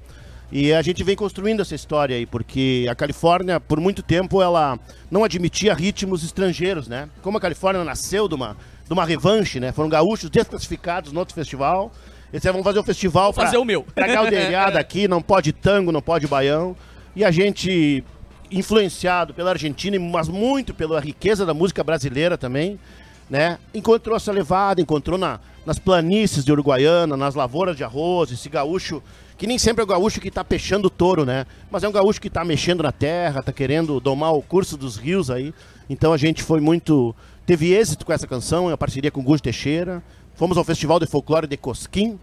Speaker 8: E a gente vem construindo essa história aí, porque a Califórnia, por muito tempo, ela não admitia ritmos estrangeiros, né? Como a Califórnia nasceu de uma, de uma revanche, né? Foram gaúchos desclassificados no outro festival. Eles vão fazer o festival
Speaker 4: fazer o meu.
Speaker 8: pra galdeirada aqui, não pode tango, não pode baião. E a gente, influenciado pela Argentina, mas muito pela riqueza da música brasileira também, né? Encontrou essa levada, encontrou na- nas planícies de Uruguaiana, nas lavouras de arroz, esse gaúcho, que nem sempre é o gaúcho que tá peixando o touro, né? Mas é um gaúcho que tá mexendo na terra, tá querendo domar o curso dos rios aí. Então a gente foi muito... Teve êxito com essa canção, em parceria com o Gujo Teixeira. Fomos ao Festival de Folclore de Cosquim,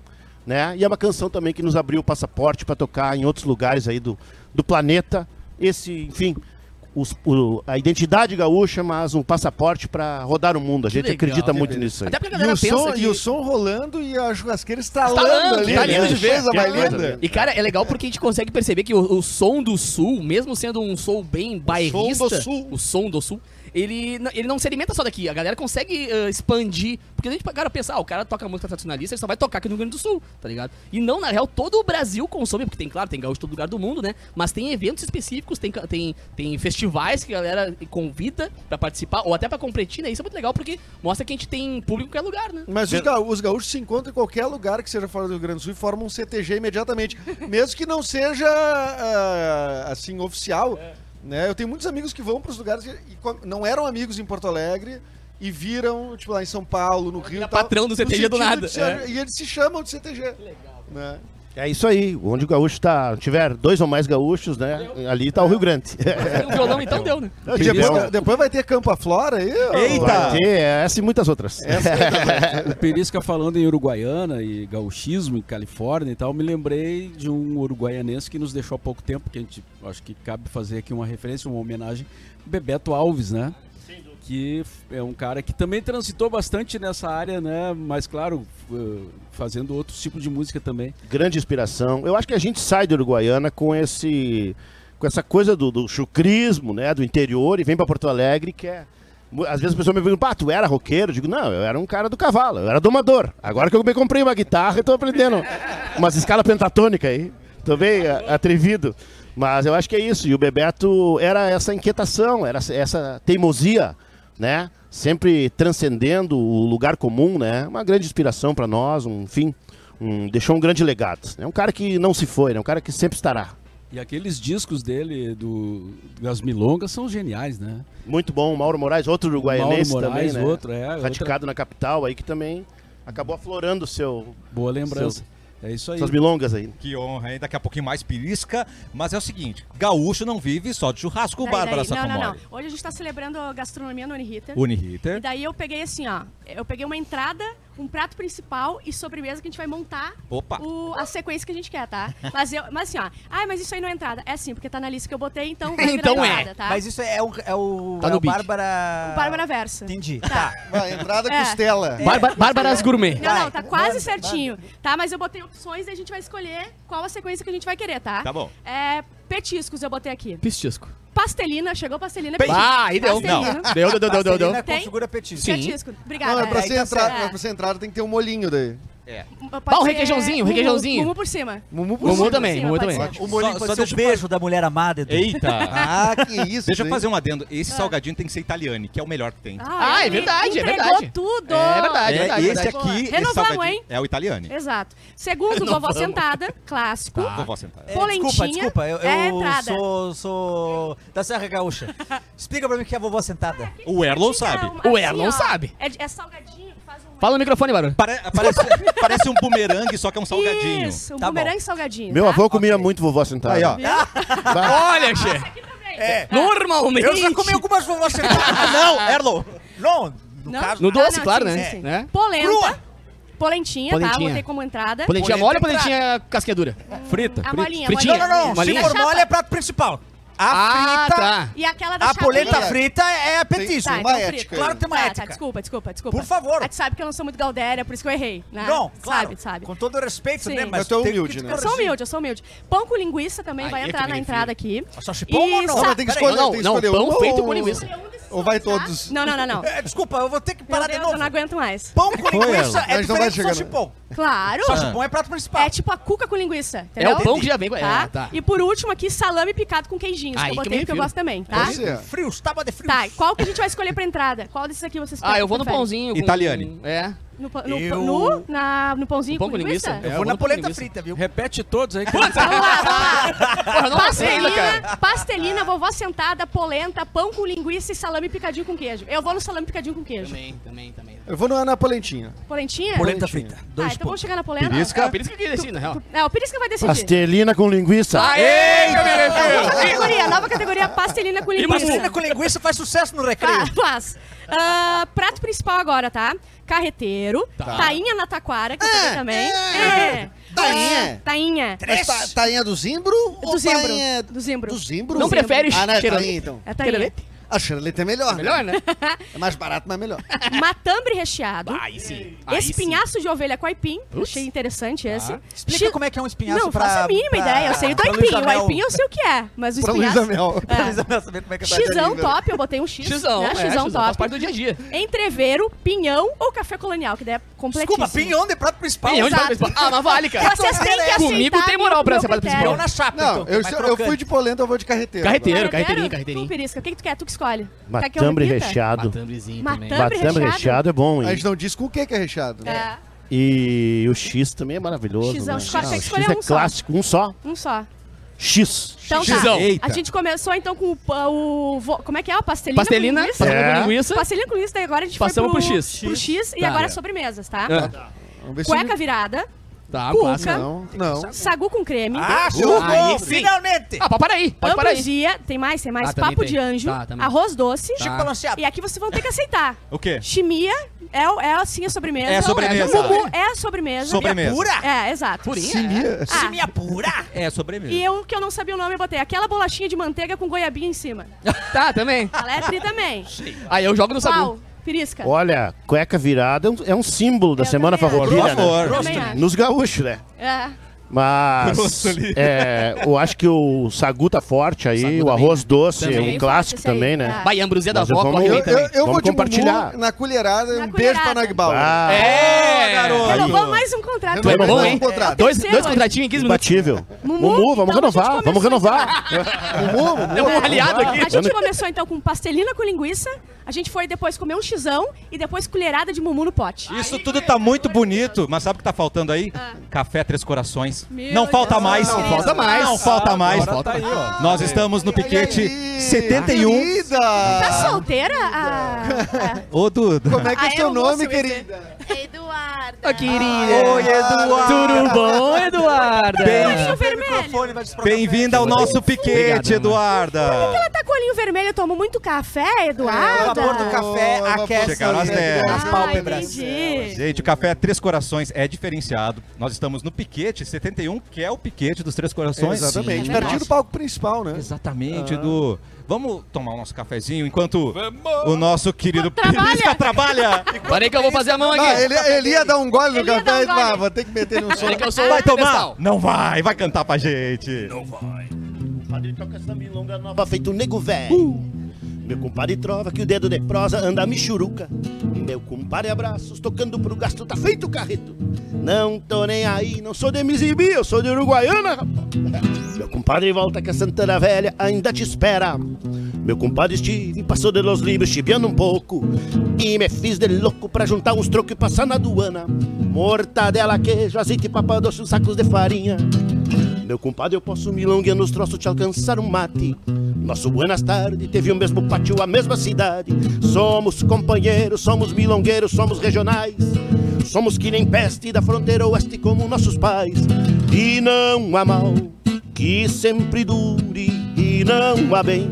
Speaker 8: né? E é uma canção também que nos abriu o passaporte para tocar em outros lugares aí do, do planeta. Esse, enfim, os- o- a identidade gaúcha, mas um passaporte para rodar o mundo. A gente
Speaker 4: legal,
Speaker 8: acredita
Speaker 4: que
Speaker 8: muito nisso aí.
Speaker 4: Até porque a
Speaker 3: E
Speaker 4: galera
Speaker 3: o,
Speaker 4: pensa
Speaker 3: som,
Speaker 4: que...
Speaker 3: e o som rolando e a churrasqueira estalando,
Speaker 4: Estalando,
Speaker 3: ali.
Speaker 4: tá lindo
Speaker 3: né?
Speaker 4: de ver.
Speaker 3: Coisa mais
Speaker 8: Que coisa
Speaker 3: linda.
Speaker 8: linda.
Speaker 4: E, cara, é legal porque a gente consegue perceber que o, o som do sul, mesmo sendo um som bem bairrista,
Speaker 8: do sul.
Speaker 4: o som do sul, ele, n- ele não se alimenta só daqui. A galera consegue eh, expandir. Porque a gente, cara, pensa, ah, o cara toca música tradicionalista, ele só vai tocar aqui no Rio Grande do Sul, tá ligado? E não, na real, todo o Brasil consome, porque tem, claro, tem gaúcho em todo lugar do mundo, né? Mas tem eventos específicos, tem, ca- tem, tem festivais que a galera convida pra participar, ou até pra competir, né? Isso é muito legal porque mostra que a gente tem público em qualquer lugar, né?
Speaker 3: Mas os, ga- os gaúchos se encontram em qualquer lugar que seja fora do Rio Grande do Sul e formam um CTG imediatamente. mesmo que não seja, ah, assim, oficial. Né? Eu tenho muitos amigos que vão para os lugares e, e co- não eram amigos em Porto Alegre e viram, tipo, lá em São Paulo, no Rio e
Speaker 4: Vira
Speaker 3: tal,
Speaker 4: patrão do
Speaker 3: no
Speaker 4: CTG
Speaker 3: sentido
Speaker 4: do nada,
Speaker 3: de se-
Speaker 4: é.
Speaker 3: E eles se chamam de CTG. Que legal. Né?
Speaker 8: É isso aí. Onde o gaúcho tá, tiver dois ou mais gaúchos, né? Ali tá o Rio Grande.
Speaker 4: Tem um violão, então deu, né?
Speaker 3: E Depois, depois vai ter Campo Aflora aí. ó.
Speaker 8: Vai
Speaker 4: Ah.
Speaker 1: Eita!
Speaker 8: ter essa e é, assim muitas outras.
Speaker 4: É
Speaker 5: O Perisca falando em uruguaiana e gauchismo em Califórnia e tal, me lembrei de um uruguaianense que nos deixou há pouco tempo, que a gente acho que cabe fazer aqui uma referência, uma homenagem, Bebeto Alves, né? Que é um cara que também transitou bastante nessa área, né? Mas claro, eh, fazendo outros tipos de música também.
Speaker 8: grande inspiração. Eu acho que a gente sai de Uruguaiana com esse com essa coisa do, do chucrismo, né, do interior e vem para Porto Alegre que é mu- às vezes a pessoa me pergunta, pá, tu era roqueiro? Eu digo, não, eu era um cara do cavalo, eu era domador. Agora que eu me comprei uma guitarra, eu tô aprendendo umas escalas pentatônicas aí. Tô bem a- atrevido. Mas eu acho que é isso. E o Bebeto era essa inquietação, era essa- essa teimosia né? Sempre transcendendo o lugar comum, né? Uma grande inspiração para né? nós, um fim, um, deixou um grande legado. É um cara né? que não se foi, é um cara que sempre estará.
Speaker 5: E aqueles discos dele, do, das milongas, são geniais, né?
Speaker 8: Muito bom, Mauro Moraes, outro uruguaianense
Speaker 5: Mauro Moraes,
Speaker 8: também, né?
Speaker 5: outro, é, outra-
Speaker 8: Radicado na capital aí, que também acabou aflorando seu,
Speaker 5: Boa lembrança. É isso aí.
Speaker 8: suas milongas aí.
Speaker 1: Que honra, hein? Daqui a pouquinho mais pirisca. Mas é o seguinte, gaúcho não vive só de churrasco,
Speaker 2: Daí,
Speaker 1: Bárbara
Speaker 2: daí- Não, não, não.
Speaker 1: Sacomori.
Speaker 2: Hoje a gente tá celebrando a gastronomia no Uniriter. E
Speaker 1: Unihitter.
Speaker 2: daí eu peguei assim, ó. Eu peguei uma entrada, um prato principal e sobremesa que a gente vai montar
Speaker 1: Opa.
Speaker 2: o- a sequência que a gente quer, tá? Mas, eu, mas assim, ó. Ah, mas isso aí não é entrada. É sim, porque tá na lista que eu botei, então vai virar
Speaker 4: Então é.
Speaker 2: entrada, tá?
Speaker 6: Mas ah, isso é o, é o,
Speaker 4: Tá
Speaker 6: é
Speaker 4: no
Speaker 6: o
Speaker 4: beat.
Speaker 6: Bárbara...
Speaker 2: Bárbara Versa.
Speaker 6: Entendi. Tá.
Speaker 3: Vai, entrada
Speaker 2: É.
Speaker 3: costela.
Speaker 4: Bárba- Bárbaras Gourmet.
Speaker 2: Não,
Speaker 6: Vai,
Speaker 2: não, tá quase
Speaker 6: vai,
Speaker 2: certinho. Tá, mas eu botei opções e a gente vai escolher qual a sequência que a gente vai querer, tá?
Speaker 1: Tá bom.
Speaker 2: É, petiscos eu botei aqui.
Speaker 4: Pistisco.
Speaker 2: Pastelina, chegou pastelina.
Speaker 4: Ah, aí deu.
Speaker 2: Pastelina.
Speaker 4: Deu, deu, deu, deu, deu.
Speaker 6: Marcelina
Speaker 2: Tem?
Speaker 6: configura petisco.
Speaker 4: Sim.
Speaker 2: Petisco. Obrigada. Então
Speaker 3: Não, é pra,
Speaker 6: aí
Speaker 3: ser
Speaker 6: tá
Speaker 3: entrada,
Speaker 2: certo.
Speaker 3: pra ser entrada tem que ter um molinho daí.
Speaker 2: Pode
Speaker 4: Bah, um
Speaker 2: ser
Speaker 4: requeijãozinho, um
Speaker 2: mumu,
Speaker 4: requeijãozinho.
Speaker 2: Mumu por cima.
Speaker 3: Mumu por
Speaker 4: Mumu
Speaker 3: cima.
Speaker 4: também,
Speaker 2: Sim,
Speaker 4: Mumu
Speaker 2: pode
Speaker 4: também.
Speaker 2: ser.
Speaker 6: O molinho
Speaker 1: Só-
Speaker 6: pode
Speaker 1: só
Speaker 6: ser o
Speaker 1: deixa eu-
Speaker 6: beijo da mulher amada, Edu.
Speaker 4: Tá.
Speaker 1: Eita!
Speaker 3: Ah, que isso.
Speaker 1: Deixa eu
Speaker 3: hein?
Speaker 1: fazer um adendo. Esse salgadinho tem que ser italiano, que é o melhor que tem.
Speaker 4: Ah, é
Speaker 2: ele
Speaker 4: verdade, é
Speaker 2: entregou
Speaker 4: verdade.
Speaker 2: tudo.
Speaker 4: É verdade,
Speaker 1: é,
Speaker 4: verdade,
Speaker 1: esse
Speaker 4: verdade.
Speaker 1: aqui, esse
Speaker 2: Renovamos,
Speaker 1: salgadinho
Speaker 2: hein?
Speaker 1: é o italiano.
Speaker 2: Exato. Segundo, vovó sentada, clássico.
Speaker 4: Tá.
Speaker 1: Vovó sentada.
Speaker 6: É,
Speaker 2: Polentinha.
Speaker 6: Desculpa, desculpa. Eu,
Speaker 2: É
Speaker 6: eu
Speaker 2: entrada.
Speaker 6: sou, sou da Serra Gaúcha. Explica pra mim o que é a vovó sentada.
Speaker 1: O Erlon
Speaker 2: Tinha
Speaker 1: sabe.
Speaker 2: um-
Speaker 4: O Erlon sabe.
Speaker 2: É, de- é salgadinho, faz um...
Speaker 4: Fala no microfone, Bárbara.
Speaker 1: Pare- parece, parece um bumerangue, só que é um salgadinho.
Speaker 2: Isso, um
Speaker 6: Tá bom.
Speaker 2: bumerangue salgadinho.
Speaker 8: Meu
Speaker 2: tá?
Speaker 8: avô comia muito vovó sentada.
Speaker 1: Aí, ó.
Speaker 4: Olha, chefe.
Speaker 2: Aqui também.
Speaker 4: Normalmente.
Speaker 6: Eu já comi algumas vovós sentadas.
Speaker 1: Não, Erlon!
Speaker 6: Ah, Não, no
Speaker 2: Não?
Speaker 6: caso...
Speaker 4: No doce,
Speaker 2: sim,
Speaker 4: claro,
Speaker 2: sim,
Speaker 4: né?
Speaker 2: sim.
Speaker 4: Né?
Speaker 2: Polenta.
Speaker 6: Crua. é
Speaker 2: Polentinha, tá?
Speaker 4: Polentinha.
Speaker 2: Botei como entrada.
Speaker 4: Polentinha mole ou
Speaker 6: Polenta
Speaker 4: polentinha casca dura?
Speaker 5: Frita,
Speaker 2: A
Speaker 5: frita.
Speaker 2: molinha, a
Speaker 4: Fritinha.
Speaker 2: molinha.
Speaker 6: Não, não, não.
Speaker 4: Uma
Speaker 6: Se
Speaker 4: linha.
Speaker 6: for mole é prato principal. A
Speaker 4: Ah,
Speaker 6: frita...
Speaker 4: tá.
Speaker 2: E aquela da
Speaker 6: A
Speaker 2: chapa.
Speaker 6: polenta
Speaker 3: Verdade.
Speaker 6: frita é petisco.
Speaker 2: Tá,
Speaker 3: Uma
Speaker 2: então
Speaker 3: ética.
Speaker 2: frita.
Speaker 6: Claro que tem uma
Speaker 2: Tá,
Speaker 6: ética.
Speaker 2: Tá, desculpa, desculpa, desculpa.
Speaker 6: Por favor.
Speaker 2: A gente sabe que eu não sou muito gaudéria, por isso que eu errei, né?
Speaker 6: Não,
Speaker 2: sabe,
Speaker 6: claro.
Speaker 2: sabe.
Speaker 6: Com todo o respeito,
Speaker 2: Sim.
Speaker 6: né? Mas
Speaker 3: Mas tu é
Speaker 6: tem que-
Speaker 3: humilde, né?
Speaker 2: Eu sou humilde, eu sou humilde. Pão com linguiça também
Speaker 1: Aí
Speaker 2: vai
Speaker 1: é que
Speaker 2: entrar na
Speaker 1: me enfia.
Speaker 2: entrada aqui.
Speaker 6: Só chipom ou não?
Speaker 2: sa-
Speaker 3: Mas tem que
Speaker 6: Peraí,
Speaker 3: escolher,
Speaker 4: não,
Speaker 3: tem que
Speaker 4: não,
Speaker 3: escolher
Speaker 4: pão
Speaker 3: um,
Speaker 4: feito
Speaker 3: ou-
Speaker 4: com linguiça.
Speaker 3: Ou vai todos?
Speaker 2: Não, não, não, não.
Speaker 6: É, desculpa, eu vou ter que
Speaker 2: Meu
Speaker 6: parar de
Speaker 2: Deus,
Speaker 6: novo.
Speaker 2: eu não aguento mais.
Speaker 6: Pão com linguiça
Speaker 3: Mas não
Speaker 6: é
Speaker 3: vai
Speaker 6: diferente do
Speaker 3: chegar, Ah.
Speaker 6: salchipão.
Speaker 2: Claro.
Speaker 6: Salchipão é prato principal.
Speaker 2: É tipo a cuca com linguiça, entendeu?
Speaker 4: É o pão que já vem com- é,
Speaker 2: Tá?
Speaker 4: tá.
Speaker 2: E por último aqui, salame picado com queijinhos, que
Speaker 4: Aí
Speaker 2: eu
Speaker 4: que
Speaker 2: botei
Speaker 4: me
Speaker 2: porque eu
Speaker 4: refiro.
Speaker 2: gosto também, tá?
Speaker 4: é.
Speaker 3: Pode ser.
Speaker 6: Frios, tábua de frios.
Speaker 2: Tá, e qual que a gente vai escolher pra entrada? Qual desses aqui vocês
Speaker 4: Ah, eu vou no
Speaker 2: preferem?
Speaker 4: pãozinho. com-
Speaker 1: Italiane.
Speaker 4: É.
Speaker 2: No, pão- no,
Speaker 6: Eu-
Speaker 2: no, na- no pãozinho
Speaker 4: No pão
Speaker 2: com
Speaker 4: com
Speaker 2: linguiça?
Speaker 4: linguiça?
Speaker 6: Eu
Speaker 4: É,
Speaker 6: vou
Speaker 4: eu
Speaker 6: na
Speaker 4: vou
Speaker 6: polenta
Speaker 4: com
Speaker 6: frita, viu?
Speaker 5: Repete todos aí. que-
Speaker 2: Vamos lá, vamos lá.
Speaker 4: Porra, eu não passei ainda, cara.
Speaker 2: Pastelina, pastelina, vovó sentada, polenta, pão com linguiça e salame picadinho com queijo. Eu vou no salame picadinho com queijo.
Speaker 4: Também, também, também.
Speaker 3: Eu vou na, na polentinha.
Speaker 2: Polentinha?
Speaker 6: Polenta frita.
Speaker 2: Ah,
Speaker 6: Dois
Speaker 2: então vamos
Speaker 6: pontos.
Speaker 2: chegar na polenta?
Speaker 4: É, o Perisca que decide, na real.
Speaker 2: É, o Perisca vai decidir. É,
Speaker 8: Pastelina com linguiça.
Speaker 2: Nova categoria, nova categoria, pastelina com
Speaker 4: Tipo
Speaker 2: linguiça.
Speaker 4: assim,
Speaker 6: Pastelina com linguiça faz sucesso no recreio.
Speaker 2: Ah, faz. Ah, prato principal agora, tá? Carreteiro, tainha na taquara, que eu peguei também. É.
Speaker 3: Tainha.
Speaker 2: Tainha.
Speaker 3: Mas tá, tainha do Zimbro?
Speaker 2: Do
Speaker 3: ou
Speaker 2: zimbro.
Speaker 7: é
Speaker 3: tainha
Speaker 2: Do zimbro.
Speaker 3: Do Zimbro?
Speaker 4: Não prefere
Speaker 3: Ah, não, é
Speaker 4: cheirolete?
Speaker 3: tainha, então.
Speaker 2: É tainha.
Speaker 3: A Charleta é melhor. né?
Speaker 4: Melhor, né?
Speaker 3: É mais barato, mas é melhor.
Speaker 2: Matambre recheado.
Speaker 4: Aí sim.
Speaker 2: Espinhaço de ovelha com aipim. Achei interessante esse.
Speaker 6: Explica
Speaker 2: Chi-
Speaker 6: como é que é um espinhaço
Speaker 2: Não,
Speaker 6: pra...
Speaker 2: faço a mínima
Speaker 6: pra-
Speaker 2: ideia. Eu sei do
Speaker 6: pra
Speaker 2: aipim.
Speaker 6: Luísa
Speaker 2: O
Speaker 6: Mel.
Speaker 2: aipim eu sei o que é, mas o
Speaker 3: Pra
Speaker 2: espinhaço...
Speaker 3: Luísa Mel.
Speaker 6: Pra Luísa Mel saber como é que tá
Speaker 2: Xizão
Speaker 6: ali, né?
Speaker 2: top, eu botei um X.
Speaker 4: Xizão,
Speaker 2: né?
Speaker 4: é,
Speaker 2: Xizão
Speaker 4: xizão, faz
Speaker 2: top.
Speaker 4: parte do dia a dia.
Speaker 2: Entreveiro, pinhão ou café colonial, que daí é completíssimo.
Speaker 6: Desculpa, pinhão de prato principal.
Speaker 4: Pinhão de
Speaker 2: Exato.
Speaker 4: Paulo Espa- Ah, mas vale, cara.
Speaker 2: Vocês têm que aceitar
Speaker 4: Comigo tem moral pra
Speaker 2: meu
Speaker 4: ser parte
Speaker 2: critério.
Speaker 6: Pinhão
Speaker 4: principal.
Speaker 6: na chapa,
Speaker 3: Não,
Speaker 6: então. que é
Speaker 3: eu,
Speaker 6: mais
Speaker 3: eu fui
Speaker 6: crocante.
Speaker 3: de polenta, eu vou de carreteiro.
Speaker 4: Carreteiro.
Speaker 2: Carreteiro,
Speaker 4: carreteirinho,
Speaker 2: Tu,
Speaker 4: carreteirinho.
Speaker 2: Perisca, o que, que tu quer? Tu que escolhe. Quer que eu
Speaker 8: Matambre
Speaker 2: repita?
Speaker 8: recheado.
Speaker 4: Matambrezinho
Speaker 2: Matambre
Speaker 4: também.
Speaker 8: Matambre
Speaker 2: recheado.
Speaker 8: recheado é bom,
Speaker 3: A
Speaker 8: hein?
Speaker 3: gente não diz com o que que é recheado. né?
Speaker 2: É,
Speaker 8: E o X também é maravilhoso.
Speaker 2: Xão,
Speaker 8: né?
Speaker 2: X, tem que
Speaker 8: Ah, o X
Speaker 2: escolher
Speaker 8: é
Speaker 2: um só.
Speaker 8: clássico, um só.
Speaker 2: um só.
Speaker 8: X.
Speaker 2: Então
Speaker 4: Xizão.
Speaker 2: tá.
Speaker 1: Eita.
Speaker 2: A gente começou então com o, pa- o vo- como é que é? O pastelina.
Speaker 4: Pastelina,
Speaker 2: com linguiça?
Speaker 4: pastelina com linguiça.
Speaker 2: Pastelina com linguiça, daí agora a gente
Speaker 4: Passamos
Speaker 2: foi
Speaker 4: pro X.
Speaker 2: Pro X e
Speaker 4: Tá.
Speaker 2: agora as sobremesas, tá?
Speaker 4: Ah,
Speaker 3: Vamos ver se-
Speaker 2: Cueca virada,
Speaker 4: Tá,
Speaker 2: Cuca.
Speaker 4: clássico.
Speaker 3: Não, não.
Speaker 2: sagu com creme,
Speaker 6: Ah, chegou!
Speaker 4: Aí sim.
Speaker 6: Finalmente!
Speaker 4: Ah, pode parar aí, pode parar aí.
Speaker 2: ambrosia, tem mais, tem mais,
Speaker 4: Ah, também
Speaker 2: papo de
Speaker 4: tem.
Speaker 2: anjo,
Speaker 4: Tá, também. Tá.
Speaker 2: arroz doce,
Speaker 1: Tipo
Speaker 6: Chico balanceado.
Speaker 2: e aqui vocês vão ter que aceitar.
Speaker 1: O quê?
Speaker 2: Chimia é, o- é assim a sobremesa.
Speaker 1: É a sobremesa.
Speaker 2: Mumu é a sobremesa.
Speaker 1: Sobremesa.
Speaker 6: Pura?
Speaker 2: É, exato.
Speaker 4: Purinha.
Speaker 3: Simia.
Speaker 2: Ah,
Speaker 6: Minha pura!
Speaker 1: É, sobremesa.
Speaker 2: E eu que eu não sabia o nome, eu botei aquela bolachinha de manteiga com goiabinha em cima.
Speaker 4: Tá, também.
Speaker 2: Ela é tri também.
Speaker 4: Aí eu jogo no
Speaker 2: Qual?
Speaker 4: sagu.
Speaker 2: Perisca.
Speaker 8: Olha, cueca virada é um, é um símbolo da
Speaker 2: É. Eu
Speaker 8: Semana
Speaker 2: também acho.
Speaker 1: Por
Speaker 8: Farroupilha, né?
Speaker 1: favor.
Speaker 2: Também acho.
Speaker 8: Nos gaúchos, né?
Speaker 2: É.
Speaker 8: Mas
Speaker 1: Grosso ali.
Speaker 8: é, eu acho que o sagu tá forte aí, o arroz doce, é um
Speaker 2: né? Também.
Speaker 8: clássico
Speaker 2: Esse aí,
Speaker 8: também,
Speaker 2: tá.
Speaker 8: né?
Speaker 4: Vai, ambrosia da
Speaker 8: Mas eu
Speaker 4: avó,
Speaker 8: vamos-
Speaker 4: corre
Speaker 3: Eu,
Speaker 4: bem
Speaker 3: eu,
Speaker 4: também.
Speaker 3: eu vou
Speaker 8: Vamos
Speaker 3: de
Speaker 8: compartilhar.
Speaker 3: Mumu na colherada.
Speaker 2: Na
Speaker 3: um beijo pra
Speaker 2: colherada.
Speaker 3: Nagbal.
Speaker 8: Ah,
Speaker 4: É! É.
Speaker 1: garoto!
Speaker 2: Renovou mais um contrato.
Speaker 3: Renovou
Speaker 4: Renovou, hein?
Speaker 3: um contrato.
Speaker 4: Dois,
Speaker 2: Terceiro,
Speaker 4: dois
Speaker 2: olha.
Speaker 4: contratinhos em 15 minutos.
Speaker 9: Imbatível.
Speaker 2: Mumu,
Speaker 9: Mumu, vamos
Speaker 2: então, a
Speaker 9: renovar,
Speaker 2: gente
Speaker 9: vamos
Speaker 2: começou,
Speaker 9: renovar.
Speaker 3: Mumu,
Speaker 4: É um aliado aqui.
Speaker 2: A gente começou então com pastelina com linguiça, a gente foi depois comer um xizão e depois colherada de mumu no pote.
Speaker 1: Isso tudo tá muito bonito, mas sabe o que tá faltando aí? Café Três Corações.
Speaker 2: Meu
Speaker 1: não falta
Speaker 2: Deus
Speaker 1: mais.
Speaker 2: do céu.
Speaker 4: falta mais.
Speaker 1: Não falta mais.
Speaker 5: Agora tá aí, ó.
Speaker 1: Nós estamos no piquete
Speaker 3: Aí,
Speaker 1: 71.
Speaker 3: Querida!
Speaker 2: Tá solteira? Ah, ah.
Speaker 1: Ô, Duda.
Speaker 3: Como é que é
Speaker 2: Ah,
Speaker 3: teu
Speaker 2: eu
Speaker 3: nome,
Speaker 2: vou saber.
Speaker 3: querida?
Speaker 10: Eduarda.
Speaker 4: Ó, querida.
Speaker 1: Oi, Eduardo.
Speaker 4: Tudo bom, Eduarda?
Speaker 2: Olhinho vermelho.
Speaker 6: Vai desprogrammar.
Speaker 1: Bem-vinda ao nosso piquete, Eduarda.
Speaker 2: Ela tá com olhinho vermelho, tomou muito café,
Speaker 6: É, O
Speaker 2: Eduarda.
Speaker 6: vapor do café
Speaker 3: Oh,
Speaker 6: aquece
Speaker 1: Chegaram as dez.
Speaker 6: as
Speaker 2: Ah,
Speaker 6: pálpebras.
Speaker 2: entendi.
Speaker 1: Gente, o café Três Corações é diferenciado. Nós estamos no piquete 71, que é o piquete dos Três Corações.
Speaker 3: Exatamente.
Speaker 1: Sim. né?
Speaker 3: Pertinho do palco principal, né?
Speaker 1: Exatamente, Edu. Vamos tomar o nosso cafezinho enquanto o nosso querido
Speaker 2: Trabalha.
Speaker 1: Pirisca trabalha.
Speaker 4: Parei que eu vou fazer a mão
Speaker 3: Ah,
Speaker 4: aqui.
Speaker 3: ele, ele ia dar um gole no
Speaker 2: Ele ia dar
Speaker 3: café
Speaker 7: é
Speaker 2: um
Speaker 3: e ah,
Speaker 2: gole.
Speaker 3: vou ter que meter num
Speaker 4: Parei
Speaker 3: soco.
Speaker 4: que eu sou
Speaker 1: Vai tomar?
Speaker 4: pedestal.
Speaker 1: Não vai, vai cantar pra gente.
Speaker 8: O padre toca essa milonga nova feito um nego velho. Meu compadre trova que o dedo de prosa anda michuruca. Meu compadre abraços tocando pro gasto tá feito carreto. Não tô nem aí, não sou de Mizibi, eu sou de Uruguaiana, rapaz. Meu compadre volta que a Santana Velha ainda te espera. Meu compadre Steve passou de Los Libres chibiando um pouco. E me fiz de louco pra juntar uns trocos e passar na aduana. Mortadela, queijo, azeite, papa doce, uns sacos de farinha. Meu compadre, eu posso milonguear nos troços te alcançar um mate. Nosso Buenas Tarde teve o mesmo pátio, a mesma cidade. Somos companheiros, somos milongueiros, somos regionais. Somos que nem peste da fronteira oeste como nossos pais. E não há mal que sempre dure, e não há bem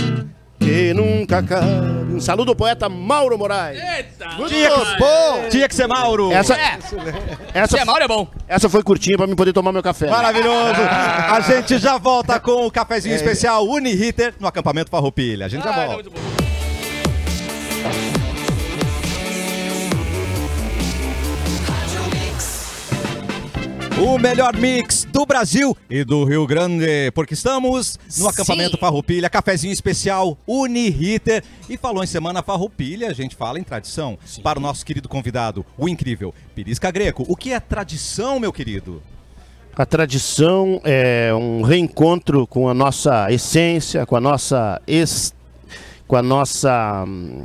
Speaker 8: que nunca acabe. Um saludo ao poeta Mauro Moraes. Muito
Speaker 3: Bom,
Speaker 1: Tinha que ser Mauro.
Speaker 8: Essa,
Speaker 4: Se é
Speaker 8: essa,
Speaker 4: mal, é bom.
Speaker 8: essa foi curtinha pra mim poder tomar meu
Speaker 3: é
Speaker 8: café.
Speaker 1: Maravilhoso. A gente já volta com o
Speaker 3: É
Speaker 1: cafezinho especial Unihitter no acampamento Farroupilha. A gente
Speaker 4: Ah,
Speaker 1: já
Speaker 4: Tá
Speaker 1: volta. O melhor mix do Brasil e do Rio Grande, porque estamos no acampamento Farroupilha, cafezinho especial Uniriter. E falou em semana Farroupilha, a gente fala em tradição. Para o nosso querido convidado, o incrível Pirisca Greco. O que é tradição, meu querido?
Speaker 8: A tradição é um reencontro com a nossa essência, com a nossa ex, com a nossa hum,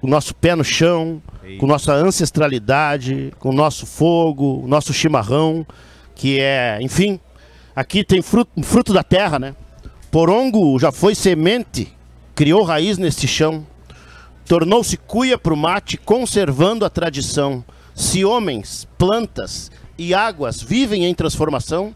Speaker 8: com o nosso pé no chão, com nossa ancestralidade, com o nosso fogo, o nosso chimarrão, que é, enfim, aqui tem fruto, fruto da terra, né? Porongo já foi semente, criou raiz neste chão, tornou-se cuia pro mate, conservando a tradição. Se homens, plantas e águas vivem em transformação,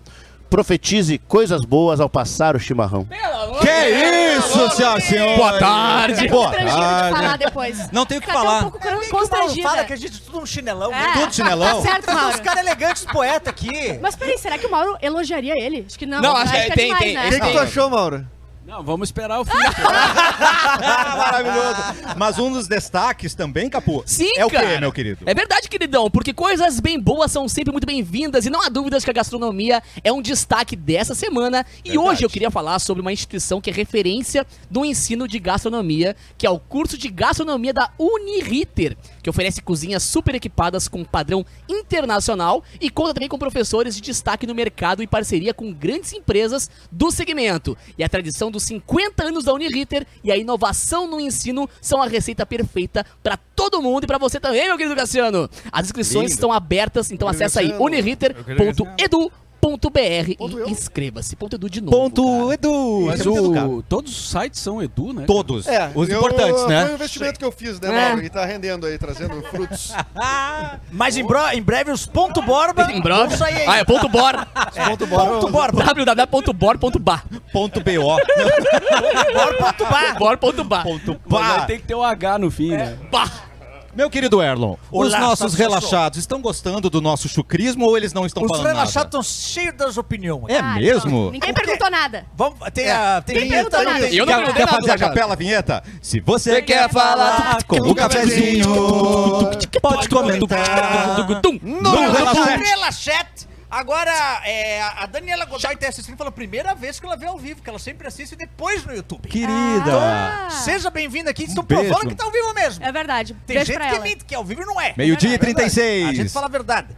Speaker 8: profetize coisas boas ao passar o chimarrão.
Speaker 1: Que isso, senhoras e senhores? Boa
Speaker 4: tarde.
Speaker 1: Boa
Speaker 2: Constrangido Tá de falar
Speaker 1: tarde.
Speaker 2: depois.
Speaker 1: Não tem o que
Speaker 2: Fica até
Speaker 1: falar.
Speaker 2: um pouco
Speaker 6: É meio que o Mauro
Speaker 2: constrangida.
Speaker 6: fala que a gente é tudo um chinelão.
Speaker 2: É.
Speaker 1: Tudo chinelão?
Speaker 2: Tá certo,
Speaker 6: Os
Speaker 2: Mauro.
Speaker 6: caras elegantes, poeta aqui.
Speaker 2: Mas peraí, será que o Mauro elogiaria ele? Acho que não.
Speaker 4: Não, Tá acho que é,
Speaker 2: aí fica
Speaker 4: tem,
Speaker 2: demais,
Speaker 4: tem.
Speaker 3: o
Speaker 2: né?
Speaker 3: que, que tu achou, Mauro?
Speaker 5: Não, vamos esperar o fim.
Speaker 1: Ah, maravilhoso. Mas um dos destaques também, Capu,
Speaker 4: Sim,
Speaker 1: é o
Speaker 4: cara.
Speaker 1: quê, meu querido?
Speaker 4: É verdade, queridão, porque coisas bem boas são sempre muito bem-vindas e não há dúvidas que a gastronomia é um destaque dessa semana. E
Speaker 1: Verdade.
Speaker 4: hoje eu queria falar sobre uma instituição que é referência do ensino de gastronomia, que é o curso de gastronomia da Uniriter, que oferece cozinhas super equipadas com padrão internacional e conta também com professores de destaque no mercado e parceria com grandes empresas do segmento. E a tradição dos 50 anos da Uniriter e a inovação no ensino são a receita perfeita para todo mundo e para você também, meu querido Cassiano. As inscrições
Speaker 1: Lindo.
Speaker 4: estão abertas, então acessa aí
Speaker 3: Cassiano.
Speaker 4: uniriter.edu.br
Speaker 3: Ponto
Speaker 4: e
Speaker 3: eu.
Speaker 4: inscreva-se. Ponto edu de novo. cara.
Speaker 1: Ponto Edu.
Speaker 5: Mas
Speaker 1: Isso é muito caro.
Speaker 5: o, todos os sites são Edu, né?
Speaker 1: Todos. Os
Speaker 3: É, eu-
Speaker 1: importantes, né?
Speaker 3: Foi um investimento que eu fiz, né, Mauro? E tá rendendo aí, trazendo frutos.
Speaker 6: Mas em, bro- em breve os ponto borba
Speaker 4: Em breve.
Speaker 6: vão sair aí.
Speaker 4: Ah, é ponto bor.
Speaker 3: Ponto bora.
Speaker 6: Ponto borba.
Speaker 4: www.bor.bar.
Speaker 1: Ponto BO.
Speaker 6: Bor ponto
Speaker 4: Bor.bar.
Speaker 6: bar.
Speaker 1: Ponto
Speaker 5: Mas
Speaker 1: pá.
Speaker 5: um
Speaker 4: É.
Speaker 5: aí tem que ter o H no fim, né?
Speaker 4: Bar.
Speaker 1: Meu querido Erlon, os
Speaker 6: Olá,
Speaker 1: nossos
Speaker 6: Sassou.
Speaker 1: relaxados estão gostando do nosso chucrismo ou eles não estão
Speaker 6: Os
Speaker 1: falando nada?
Speaker 6: relaxados estão cheios das opiniões.
Speaker 1: É
Speaker 2: Ah,
Speaker 1: mesmo?
Speaker 2: então, Ninguém perguntou nada.
Speaker 6: Vamos, tem a. Tem
Speaker 2: Quem perguntou
Speaker 6: vinheta,
Speaker 2: nada?
Speaker 6: tem-
Speaker 4: Eu não
Speaker 1: quer,
Speaker 4: perguntei
Speaker 1: quer
Speaker 4: nada,
Speaker 1: fazer a
Speaker 4: cara.
Speaker 1: capela, a vinheta? Se você quer
Speaker 6: falar
Speaker 1: falar com o
Speaker 3: cafezinho,
Speaker 1: cafezinho, pode comentar
Speaker 6: No
Speaker 1: no relaxante.
Speaker 6: Relaxete. Agora, é, a Daniela Godoy está assistindo pela primeira vez que ela vê ao vivo, que ela sempre assiste depois no YouTube.
Speaker 1: Querida.
Speaker 2: Ah,
Speaker 6: Seja bem-vinda aqui, estão
Speaker 1: Um beijo.
Speaker 6: provando que tá ao vivo mesmo.
Speaker 2: É verdade.
Speaker 6: Tem
Speaker 2: Beijo
Speaker 6: gente
Speaker 2: pra
Speaker 6: que
Speaker 2: ela.
Speaker 6: mente que é ao vivo e não é.
Speaker 1: Meio-dia e
Speaker 6: A gente
Speaker 1: 36.
Speaker 6: fala a verdade.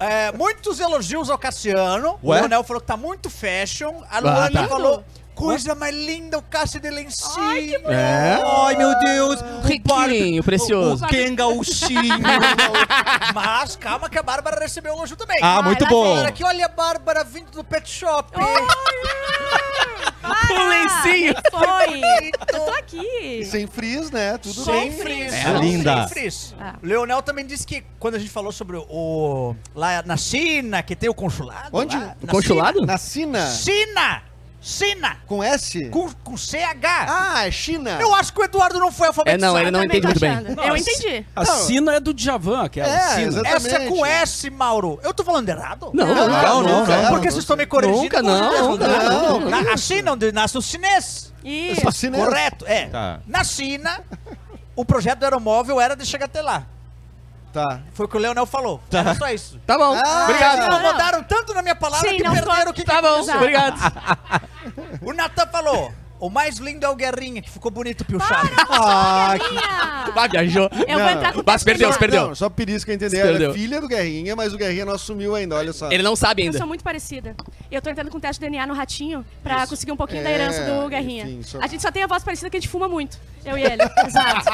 Speaker 6: É, muitos elogios ao Cassiano.
Speaker 1: Ué? Ah,
Speaker 6: O Leonel falou que tá muito fashion. A Luana
Speaker 2: tá.
Speaker 6: falou. Coisa mais linda, o Cássio de Lencinho. Ai, que
Speaker 4: É?
Speaker 1: Ai, meu Deus.
Speaker 4: Riquinho, precioso.
Speaker 1: Gengauchinho.
Speaker 6: Mas calma que a Bárbara recebeu um elogio também.
Speaker 1: Ah, muito
Speaker 2: lá
Speaker 1: bom.
Speaker 6: Olha aqui, olha a Bárbara vindo do Pet Shop.
Speaker 4: Um lencinho.
Speaker 2: Foi. Eu
Speaker 6: Então,
Speaker 2: tô aqui.
Speaker 3: Sem frizz, né? Tudo
Speaker 2: Só
Speaker 3: bem.
Speaker 2: um frizz.
Speaker 1: É linda.
Speaker 6: Sem frizz.
Speaker 2: Ah.
Speaker 6: Leonel também disse que quando a gente falou sobre o, o- lá na China, que tem o consulado.
Speaker 3: Onde?
Speaker 6: lá,
Speaker 4: O
Speaker 6: na
Speaker 4: consulado?
Speaker 3: Na China?
Speaker 6: China. China! China!
Speaker 3: Com S?
Speaker 6: Com, com CH!
Speaker 3: Ah, é China.
Speaker 6: Eu acho que o Eduardo não foi
Speaker 4: É,
Speaker 6: alfabetizado.
Speaker 4: não, ele não
Speaker 2: Também
Speaker 4: entende
Speaker 2: tô
Speaker 4: muito bem.
Speaker 2: achando. Eu entendi.
Speaker 5: A sina é do Djavan, aquela.
Speaker 3: É,
Speaker 5: sina.
Speaker 3: exatamente.
Speaker 6: Essa é com S, Mauro. Eu tô falando errado?
Speaker 4: Não, não,
Speaker 3: não, não,
Speaker 6: nunca.
Speaker 3: não,
Speaker 6: Porque
Speaker 3: não.
Speaker 6: vocês estão me corrigindo.
Speaker 4: Nunca,
Speaker 6: com certeza,
Speaker 4: não,
Speaker 6: nunca.
Speaker 3: não,
Speaker 6: Na- A China, onde nasce o chinês.
Speaker 2: E
Speaker 3: Essa China é-
Speaker 6: Correto, é.
Speaker 1: Tá.
Speaker 6: Na China, o projeto do aeromóvel era de chegar até lá.
Speaker 3: Tá.
Speaker 6: Foi o que o Leonel falou. Era só isso.
Speaker 4: Tá bom.
Speaker 2: Ah.
Speaker 6: Vocês
Speaker 2: Não, não.
Speaker 6: incomodaram tanto na minha palavra
Speaker 2: Sim,
Speaker 6: que
Speaker 2: não
Speaker 6: perderam
Speaker 2: tô-
Speaker 6: o que,
Speaker 4: Tá
Speaker 6: que
Speaker 4: bom,
Speaker 2: Exato.
Speaker 4: obrigado.
Speaker 2: um-
Speaker 6: O Natan falou. O mais lindo é o Guerrinha, que ficou bonito piochado.
Speaker 3: Ah, que...
Speaker 4: Bah, viajou.
Speaker 2: eu vou entrar com o
Speaker 4: Mas perdeu,
Speaker 2: teste
Speaker 4: perdeu.
Speaker 3: Não, só perisca entender.
Speaker 4: Perdeu.
Speaker 3: Ela é filha do Guerrinha, mas o Guerrinha não assumiu ainda, olha só.
Speaker 4: Ele não sabe
Speaker 2: Eu
Speaker 4: ainda.
Speaker 2: sou muito parecida. Eu tô entrando com teste de DNA no ratinho pra conseguir um pouquinho da herança
Speaker 3: É,
Speaker 2: do Guerrinha.
Speaker 3: enfim, só-
Speaker 2: A gente só tem a voz parecida que a gente fuma muito. Eu e ele. Exato.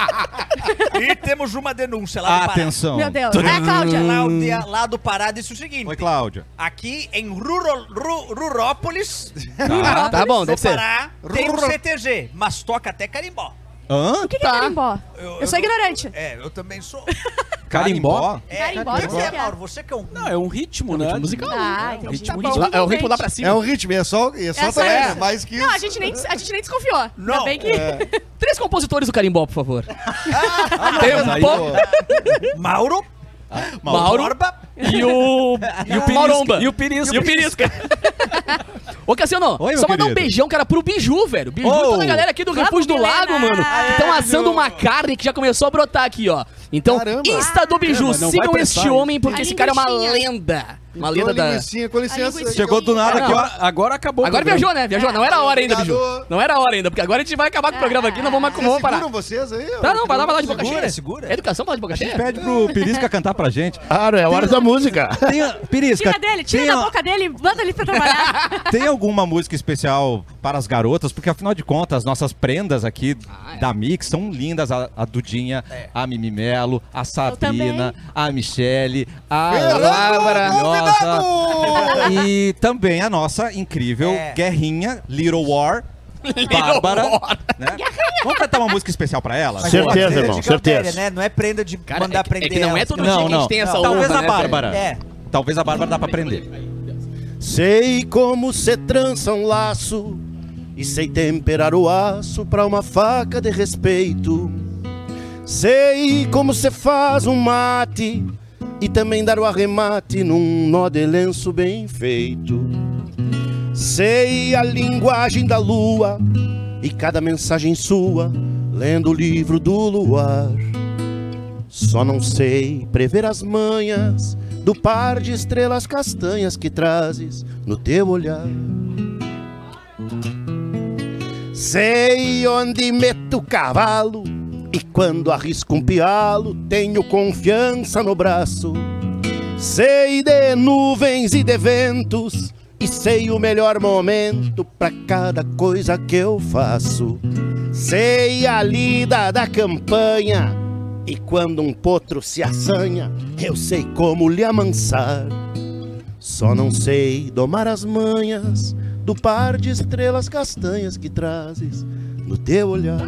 Speaker 6: e temos uma denúncia lá do Pará.
Speaker 1: Atenção.
Speaker 2: Meu Deus. É, Cláudia.
Speaker 6: Cláudia, lá do Pará, disse o seguinte.
Speaker 1: Oi, Cláudia.
Speaker 6: Aqui em Ruro- Ru- Rurópolis,
Speaker 1: Tá.
Speaker 4: Tá bom,
Speaker 6: no
Speaker 4: deve ser.
Speaker 6: Pará, tem um
Speaker 3: Ruro-
Speaker 6: CTG, mas toca até carimbó.
Speaker 1: Hã?
Speaker 2: O que, que
Speaker 4: Tá.
Speaker 2: é carimbó?
Speaker 6: Eu-
Speaker 2: Eu,
Speaker 6: eu
Speaker 2: sou
Speaker 6: não-
Speaker 2: ignorante.
Speaker 6: É, eu também sou.
Speaker 5: Carimbó?
Speaker 6: É,
Speaker 2: Carimbó,
Speaker 6: o que que
Speaker 2: não
Speaker 6: é,
Speaker 2: sei.
Speaker 6: Mauro? Você que é um...
Speaker 5: Não, é um ritmo, né?
Speaker 4: ritmo musical.
Speaker 2: Ah,
Speaker 5: É um
Speaker 2: entendi.
Speaker 5: ritmo
Speaker 2: Tá bom.
Speaker 5: ritmo.
Speaker 4: É o ritmo lá pra
Speaker 3: É
Speaker 4: cima.
Speaker 3: um ritmo, é só, é só
Speaker 2: Essa
Speaker 3: também,
Speaker 2: é.
Speaker 3: né? mais que isso. É.
Speaker 2: Não, a gente, nem, a gente nem desconfiou.
Speaker 6: Não.
Speaker 2: Ainda bem que...
Speaker 4: Três compositores do carimbó, por favor.
Speaker 3: Pô,
Speaker 4: Tempo
Speaker 6: Mauro,
Speaker 4: Mauro.
Speaker 6: Borba,
Speaker 4: e o. E o Maromba.
Speaker 5: E o Pirisca.
Speaker 4: E o Pirisca. Ô, Cassiano,
Speaker 1: Oi, meu
Speaker 4: só mandar um
Speaker 1: querido.
Speaker 4: beijão, cara, pro Biju, velho. Biju e toda a galera aqui do
Speaker 2: Vamos,
Speaker 4: Refúgio do
Speaker 2: Helena.
Speaker 4: Lago, mano. Que estão assando uma carne que já começou a brotar aqui, ó. Então,
Speaker 3: Caramba.
Speaker 4: Insta do Biju,
Speaker 5: Caramba, não vai
Speaker 4: sigam
Speaker 5: prestar
Speaker 4: este
Speaker 5: isso.
Speaker 4: homem, porque
Speaker 2: A
Speaker 4: esse cara é uma
Speaker 2: linguiçinha.
Speaker 4: lenda. Uma lenda da.
Speaker 3: linguicinha, com licença.
Speaker 2: linguiça-
Speaker 1: Chegou do nada
Speaker 4: Não.
Speaker 1: aqui, ó.
Speaker 5: Agora, agora acabou. o
Speaker 4: Agora
Speaker 5: programa.
Speaker 4: viajou, né? Viajou. Não era a hora ainda, Biju.
Speaker 3: Obrigado.
Speaker 4: Não era a hora ainda, porque agora a gente vai acabar com o programa aqui, não vamos, mais- não
Speaker 3: Vocês
Speaker 4: vamos parar.
Speaker 3: seguram vocês aí?
Speaker 4: Tá, Não, não, vai lá, vai lá de boca
Speaker 6: segura,
Speaker 4: cheia.
Speaker 6: segura.
Speaker 4: Educação, fala de boca cheia.
Speaker 1: Pede pro Pirisca cantar pra gente.
Speaker 8: Claro, é a hora da música.
Speaker 1: Tem, a- Pirisca,
Speaker 2: Tira dele, tira
Speaker 1: tem
Speaker 2: da
Speaker 1: a-
Speaker 2: boca dele, manda ele pra trabalhar.
Speaker 1: Tem alguma música especial para as garotas? Porque afinal de contas, as nossas prendas aqui da Mix são lindas. A, a Dudinha, a Mimi Melo, a Sabina,
Speaker 2: também.
Speaker 1: a Michele, a
Speaker 3: Fernando
Speaker 1: Bárbara.
Speaker 3: Convidado!
Speaker 1: E também a nossa incrível
Speaker 6: É.
Speaker 1: Guerrinha, Little War. Bárbara. né? Vamos cantar uma música especial pra ela?
Speaker 8: Mas Certeza,
Speaker 6: Prenda de
Speaker 8: irmão,
Speaker 6: Galdéria,
Speaker 8: certeza.
Speaker 6: Né? Não é prenda de
Speaker 4: Cara,
Speaker 6: mandar
Speaker 4: é, que, é
Speaker 6: prender.
Speaker 4: que não é
Speaker 6: elas,
Speaker 4: todo
Speaker 6: né?
Speaker 4: dia
Speaker 1: Não,
Speaker 4: que a gente
Speaker 1: não.
Speaker 4: tem essa
Speaker 1: Talvez
Speaker 4: honra,
Speaker 1: a
Speaker 4: né, velho?
Speaker 1: Bárbara.
Speaker 6: É.
Speaker 1: Talvez a Bárbara dá pra aprender.
Speaker 8: Sei como se trança um laço e sei temperar o aço para uma faca de respeito. Sei como se faz um mate e também dar o arremate num nó de lenço bem feito. Sei a linguagem da lua e cada mensagem sua lendo o livro do luar. Só não sei prever as manhas do par de estrelas castanhas que trazes no teu olhar. Sei onde meto o cavalo e quando arrisco um pialo tenho confiança no braço. Sei de nuvens e de ventos e sei o melhor momento para cada coisa que eu faço. Sei a lida da campanha e quando um potro se assanha, eu sei como lhe amansar. Só não sei domar as manhas do par de estrelas castanhas que trazes no teu olhar.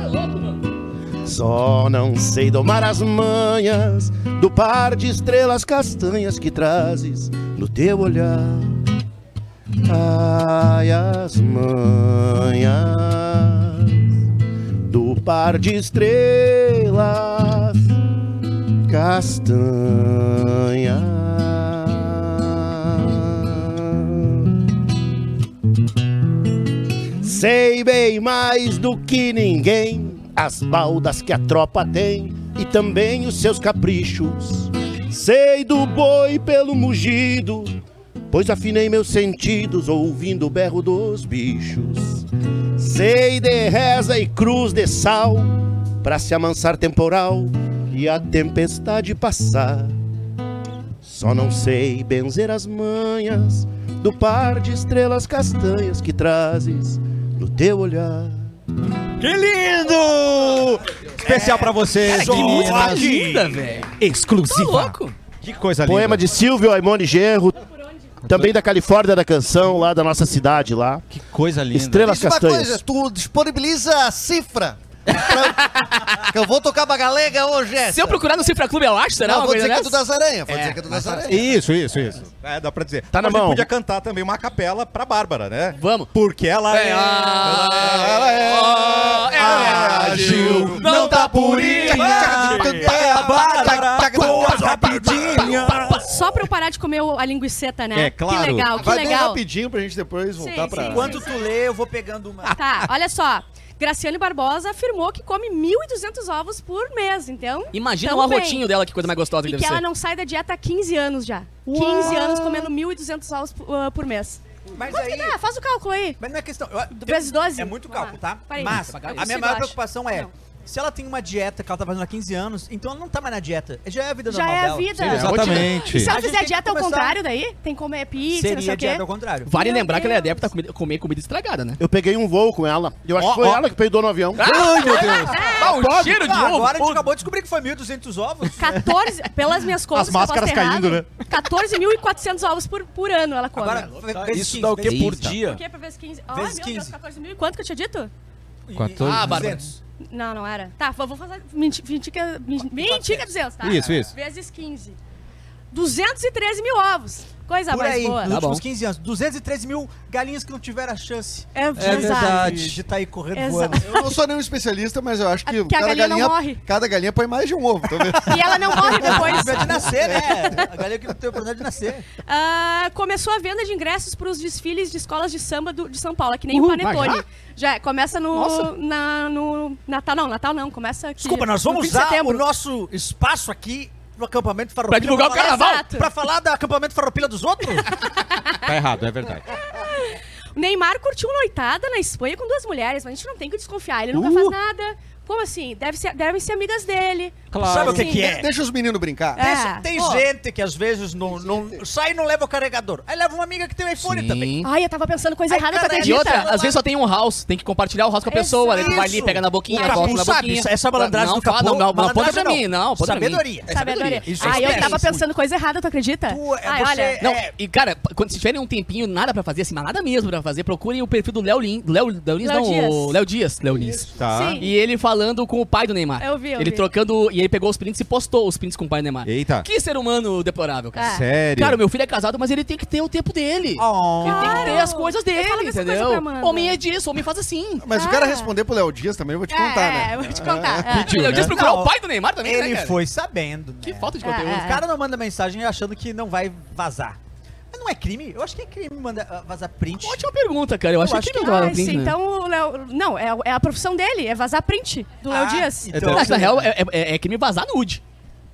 Speaker 8: Só não sei domar as manhas do par de estrelas castanhas que trazes no teu olhar. Ai, as manhas do par de estrelas castanha. Sei bem mais do que ninguém as baldas que a tropa tem e também os seus caprichos. Sei do boi pelo mugido, pois afinei meus sentidos ouvindo o berro dos bichos. Sei de reza e cruz de sal, pra se amansar temporal e a tempestade passar. Só não sei benzer as manhas do par de estrelas castanhas que trazes no teu olhar.
Speaker 1: Que lindo! Especial pra vocês,
Speaker 4: Que
Speaker 1: Jonas.
Speaker 4: música linda, velho. Tá
Speaker 1: exclusiva.
Speaker 4: louco.
Speaker 1: Que coisa linda.
Speaker 8: Poema de Silvio Aimone Gerro, também da Califórnia da Canção, lá da nossa cidade lá.
Speaker 1: Que coisa linda.
Speaker 8: Estrelas
Speaker 7: Diz uma coisa,
Speaker 8: Castanhas.
Speaker 7: tu disponibiliza a cifra. pra- que eu vou tocar bagalega hoje,
Speaker 3: é.
Speaker 7: essa.
Speaker 4: Se eu procurar no Cifra Clube, eu acho, será?
Speaker 7: Não,
Speaker 4: uma
Speaker 7: vou
Speaker 4: coisa
Speaker 7: dizer que é do
Speaker 4: dessa?
Speaker 7: das aranha. Vou dizer que é do das aranha.
Speaker 1: Isso, isso, isso. É, dá pra dizer.
Speaker 8: Tá na
Speaker 1: Mas a gente
Speaker 8: mão.
Speaker 1: podia cantar também uma capela pra Bárbara, né?
Speaker 4: Vamos.
Speaker 1: Porque ela é.
Speaker 4: É, ah,
Speaker 1: ela é.
Speaker 4: ah, ela é ágil, não tá purinha.
Speaker 1: É a Bárbara com as rapidinhas.
Speaker 2: Só pra eu parar de comer o- a linguiçeta, né?
Speaker 1: É, claro.
Speaker 2: Que legal, que
Speaker 3: Vai bem
Speaker 2: legal.
Speaker 3: rapidinho pra gente depois voltar
Speaker 2: Sim,
Speaker 3: pra.
Speaker 2: sim.
Speaker 6: Enquanto tu lê, eu vou pegando uma.
Speaker 2: Tá, olha só. Graciane Barbosa afirmou que come 1.200 ovos por mês, então...
Speaker 4: Imagina
Speaker 2: tamo
Speaker 4: um
Speaker 2: bem.
Speaker 4: arrotinho dela, que coisa mais gostosa que
Speaker 2: E
Speaker 4: deve
Speaker 2: que ela
Speaker 4: ser.
Speaker 2: não sai da dieta há 15 anos já. 15 anos comendo 1.200 ovos por- ah, por mês.
Speaker 4: é
Speaker 6: Mas
Speaker 2: Quanto que
Speaker 6: aí.
Speaker 2: dá? Faz o cálculo aí.
Speaker 6: Mas não é questão. eu-
Speaker 2: Do
Speaker 6: tem-
Speaker 2: vezes 12?
Speaker 6: É muito
Speaker 2: Vamos
Speaker 6: cálculo,
Speaker 2: lá.
Speaker 6: tá?
Speaker 2: Pera aí.
Speaker 6: Mas
Speaker 2: Pagar
Speaker 6: a
Speaker 2: isso.
Speaker 6: minha
Speaker 2: Eu
Speaker 6: maior
Speaker 2: acho.
Speaker 6: preocupação é.
Speaker 2: Não.
Speaker 6: Se ela tem uma dieta que ela tá fazendo há 15 anos, então ela não tá mais na dieta. Já é a vida
Speaker 2: Já
Speaker 6: normal
Speaker 2: é a
Speaker 6: dela.
Speaker 2: vida.
Speaker 1: Exatamente.
Speaker 2: E se
Speaker 6: A
Speaker 2: ela
Speaker 6: gente
Speaker 2: fizer
Speaker 6: tem que
Speaker 2: dieta ao
Speaker 6: começar-
Speaker 2: contrário daí? Tem que comer pizza, não sei
Speaker 6: Seria
Speaker 2: o
Speaker 6: a
Speaker 2: quê.
Speaker 6: dieta ao contrário.
Speaker 4: Vale
Speaker 2: Meu
Speaker 4: lembrar que ela é
Speaker 2: Deus.
Speaker 4: adepta a comer, comer comida estragada, né?
Speaker 8: Eu peguei um voo com ela. Eu acho que foi ela que peidou no avião.
Speaker 4: Ah, o cheiro
Speaker 6: Ah, agora a gente
Speaker 4: pô.
Speaker 6: acabou de descobrir que foi 1.200 ovos.
Speaker 2: 14, pelas minhas contas,
Speaker 1: As máscaras
Speaker 2: que eu posso ter
Speaker 1: caindo, né?
Speaker 2: errado, 14.400 ovos por, por ano ela come.
Speaker 6: Agora,
Speaker 2: Agora...
Speaker 5: Tá,
Speaker 6: vezes
Speaker 5: isso
Speaker 6: 15,
Speaker 5: dá o quê
Speaker 6: vezes
Speaker 5: por
Speaker 6: 15?
Speaker 5: dia?
Speaker 2: Que é pra vezes 15. Ai,
Speaker 6: Vezes
Speaker 2: meu Deus,
Speaker 6: 15.
Speaker 2: 14 mil. Quanto que eu tinha dito?
Speaker 6: E-
Speaker 5: 14.
Speaker 4: Ah, Bárbara.
Speaker 6: 200.
Speaker 2: Não, não era. Tá, vou vou fazer. Mentir menti que é men- menti que é 200, tá?
Speaker 1: Isso, isso.
Speaker 2: Vezes 15. 213 mil ovos. Coisa
Speaker 6: Por
Speaker 2: mais
Speaker 6: aí,
Speaker 2: boa.
Speaker 6: nos
Speaker 4: Tá
Speaker 6: últimos
Speaker 4: bom.
Speaker 6: 15 anos. 213 mil galinhas que não tiveram a chance
Speaker 2: É, exato.
Speaker 6: de estar aí correndo
Speaker 2: Exato.
Speaker 6: voando.
Speaker 3: Eu não sou nenhum especialista, mas eu acho que,
Speaker 2: É porque a
Speaker 3: cada,
Speaker 2: galinha não
Speaker 3: galinha,
Speaker 2: morre.
Speaker 3: cada galinha põe mais de um ovo, tá vendo?
Speaker 2: E ela não morre depois.
Speaker 6: Oportunidade de nascer, né? A galera que não tem oportunidade de nascer.
Speaker 2: Ah, começou a venda de ingressos para os desfiles de escolas de samba do- de São Paulo, é que nem o
Speaker 6: Uh,
Speaker 4: Uhul,
Speaker 2: Panetone.
Speaker 4: mas já?
Speaker 2: já? é, começa
Speaker 4: Nossa.
Speaker 2: no, na- no Natal, não, Natal não, começa aqui.
Speaker 6: Desculpa, nós
Speaker 2: no
Speaker 6: vamos
Speaker 2: fim de
Speaker 6: usar o
Speaker 2: setembro.
Speaker 6: nosso espaço aqui no acampamento
Speaker 4: Pra
Speaker 6: Farroupilha.
Speaker 4: divulgar
Speaker 6: falar-
Speaker 4: o carnaval.
Speaker 2: Exato.
Speaker 6: Pra falar do acampamento Farroupilha dos outros?
Speaker 1: Tá errado, é verdade.
Speaker 2: O Neymar curtiu noitada na Espanha com duas mulheres, mas a gente não tem que desconfiar, ele
Speaker 6: Uh.
Speaker 2: nunca faz nada. Como assim? Deve ser- devem ser amigas dele.
Speaker 6: Sabe o que,
Speaker 2: Sim.
Speaker 6: que é?
Speaker 3: Deixa os meninos brincar.
Speaker 2: É.
Speaker 6: Tem- Tem
Speaker 2: Pô.
Speaker 6: gente que às vezes não, não sai e não leva o carregador. Aí leva uma amiga que tem um iPhone também.
Speaker 2: Ai, eu tava pensando coisa
Speaker 6: Ai,
Speaker 2: errada, tu
Speaker 6: cara,
Speaker 2: acredita?
Speaker 4: E outra,
Speaker 6: Ela
Speaker 4: às vezes
Speaker 6: vai-
Speaker 4: só tem um house, tem que compartilhar o house com a pessoa, daí tu vai ali,
Speaker 6: Isso.
Speaker 4: pega na boquinha,
Speaker 6: O capô,
Speaker 4: volta na
Speaker 6: sabe?
Speaker 4: boquinha.
Speaker 6: Isso- Essa malandragem
Speaker 4: não,
Speaker 6: do capô.
Speaker 4: fala- Não, não, aponta
Speaker 6: malandragem
Speaker 4: pra mim, não, aponta pra mim.
Speaker 6: é Sabedoria.
Speaker 2: Sabedoria.
Speaker 6: Isso,
Speaker 2: Ai, eu
Speaker 6: espécie.
Speaker 2: tava pensando coisa errada, tu acredita?
Speaker 6: Tu é-
Speaker 2: Ai,
Speaker 6: você
Speaker 2: olha.
Speaker 4: Não,
Speaker 6: É.
Speaker 4: e cara, p- quando vocês tiverem um tempinho, nada pra fazer, assim, mas nada mesmo pra fazer, procurem o perfil do Léo Lin, Léo, Léo Lins,
Speaker 2: Léo
Speaker 4: não,
Speaker 2: Dias.
Speaker 4: o Léo Dias, Léo Lins.
Speaker 1: Tá.
Speaker 2: Sim.
Speaker 4: E ele falando com o pai do Neymar.
Speaker 2: Eu vi, eu
Speaker 4: Ele
Speaker 2: vi.
Speaker 4: trocando, e ele pegou os prints e postou os prints com o pai do Neymar.
Speaker 1: Eita.
Speaker 4: Que ser humano deplorável, cara.
Speaker 2: É.
Speaker 1: Sério.
Speaker 4: Cara, o meu filho é casado, mas ele tem que ter o tempo dele.
Speaker 6: Oh.
Speaker 4: Ele tem que ter
Speaker 2: Claro.
Speaker 4: as coisas
Speaker 2: Eu falo a
Speaker 4: dele,
Speaker 2: mesma coisa
Speaker 4: entendeu?
Speaker 2: pra Amanda.
Speaker 4: homem é disso, homem faz assim.
Speaker 3: Mas o cara responder pro Léo Dias também, eu vou te contar,
Speaker 2: é,
Speaker 3: né?
Speaker 2: vou te contar. é.
Speaker 4: Léo Dias procurar
Speaker 6: Não,
Speaker 4: o pai do Neymar também, né,
Speaker 6: Ele
Speaker 4: cara?
Speaker 6: foi sabendo. né?
Speaker 4: Que falta de
Speaker 2: É,
Speaker 4: conteúdo.
Speaker 6: O cara não manda mensagem achando que não vai vazar. Mas não é crime? Eu acho que é crime mandar ah, vazar print.
Speaker 4: Ótima pergunta, cara. Eu acho,
Speaker 6: acho
Speaker 4: que,
Speaker 6: que-
Speaker 4: não
Speaker 2: Ah,
Speaker 4: é
Speaker 2: sim, então o Léo. Não, é, é a profissão dele, é vazar print do Léo
Speaker 6: Ah,
Speaker 2: Dias.
Speaker 6: então-
Speaker 4: Mas, na real, é, é, é crime vazar nude.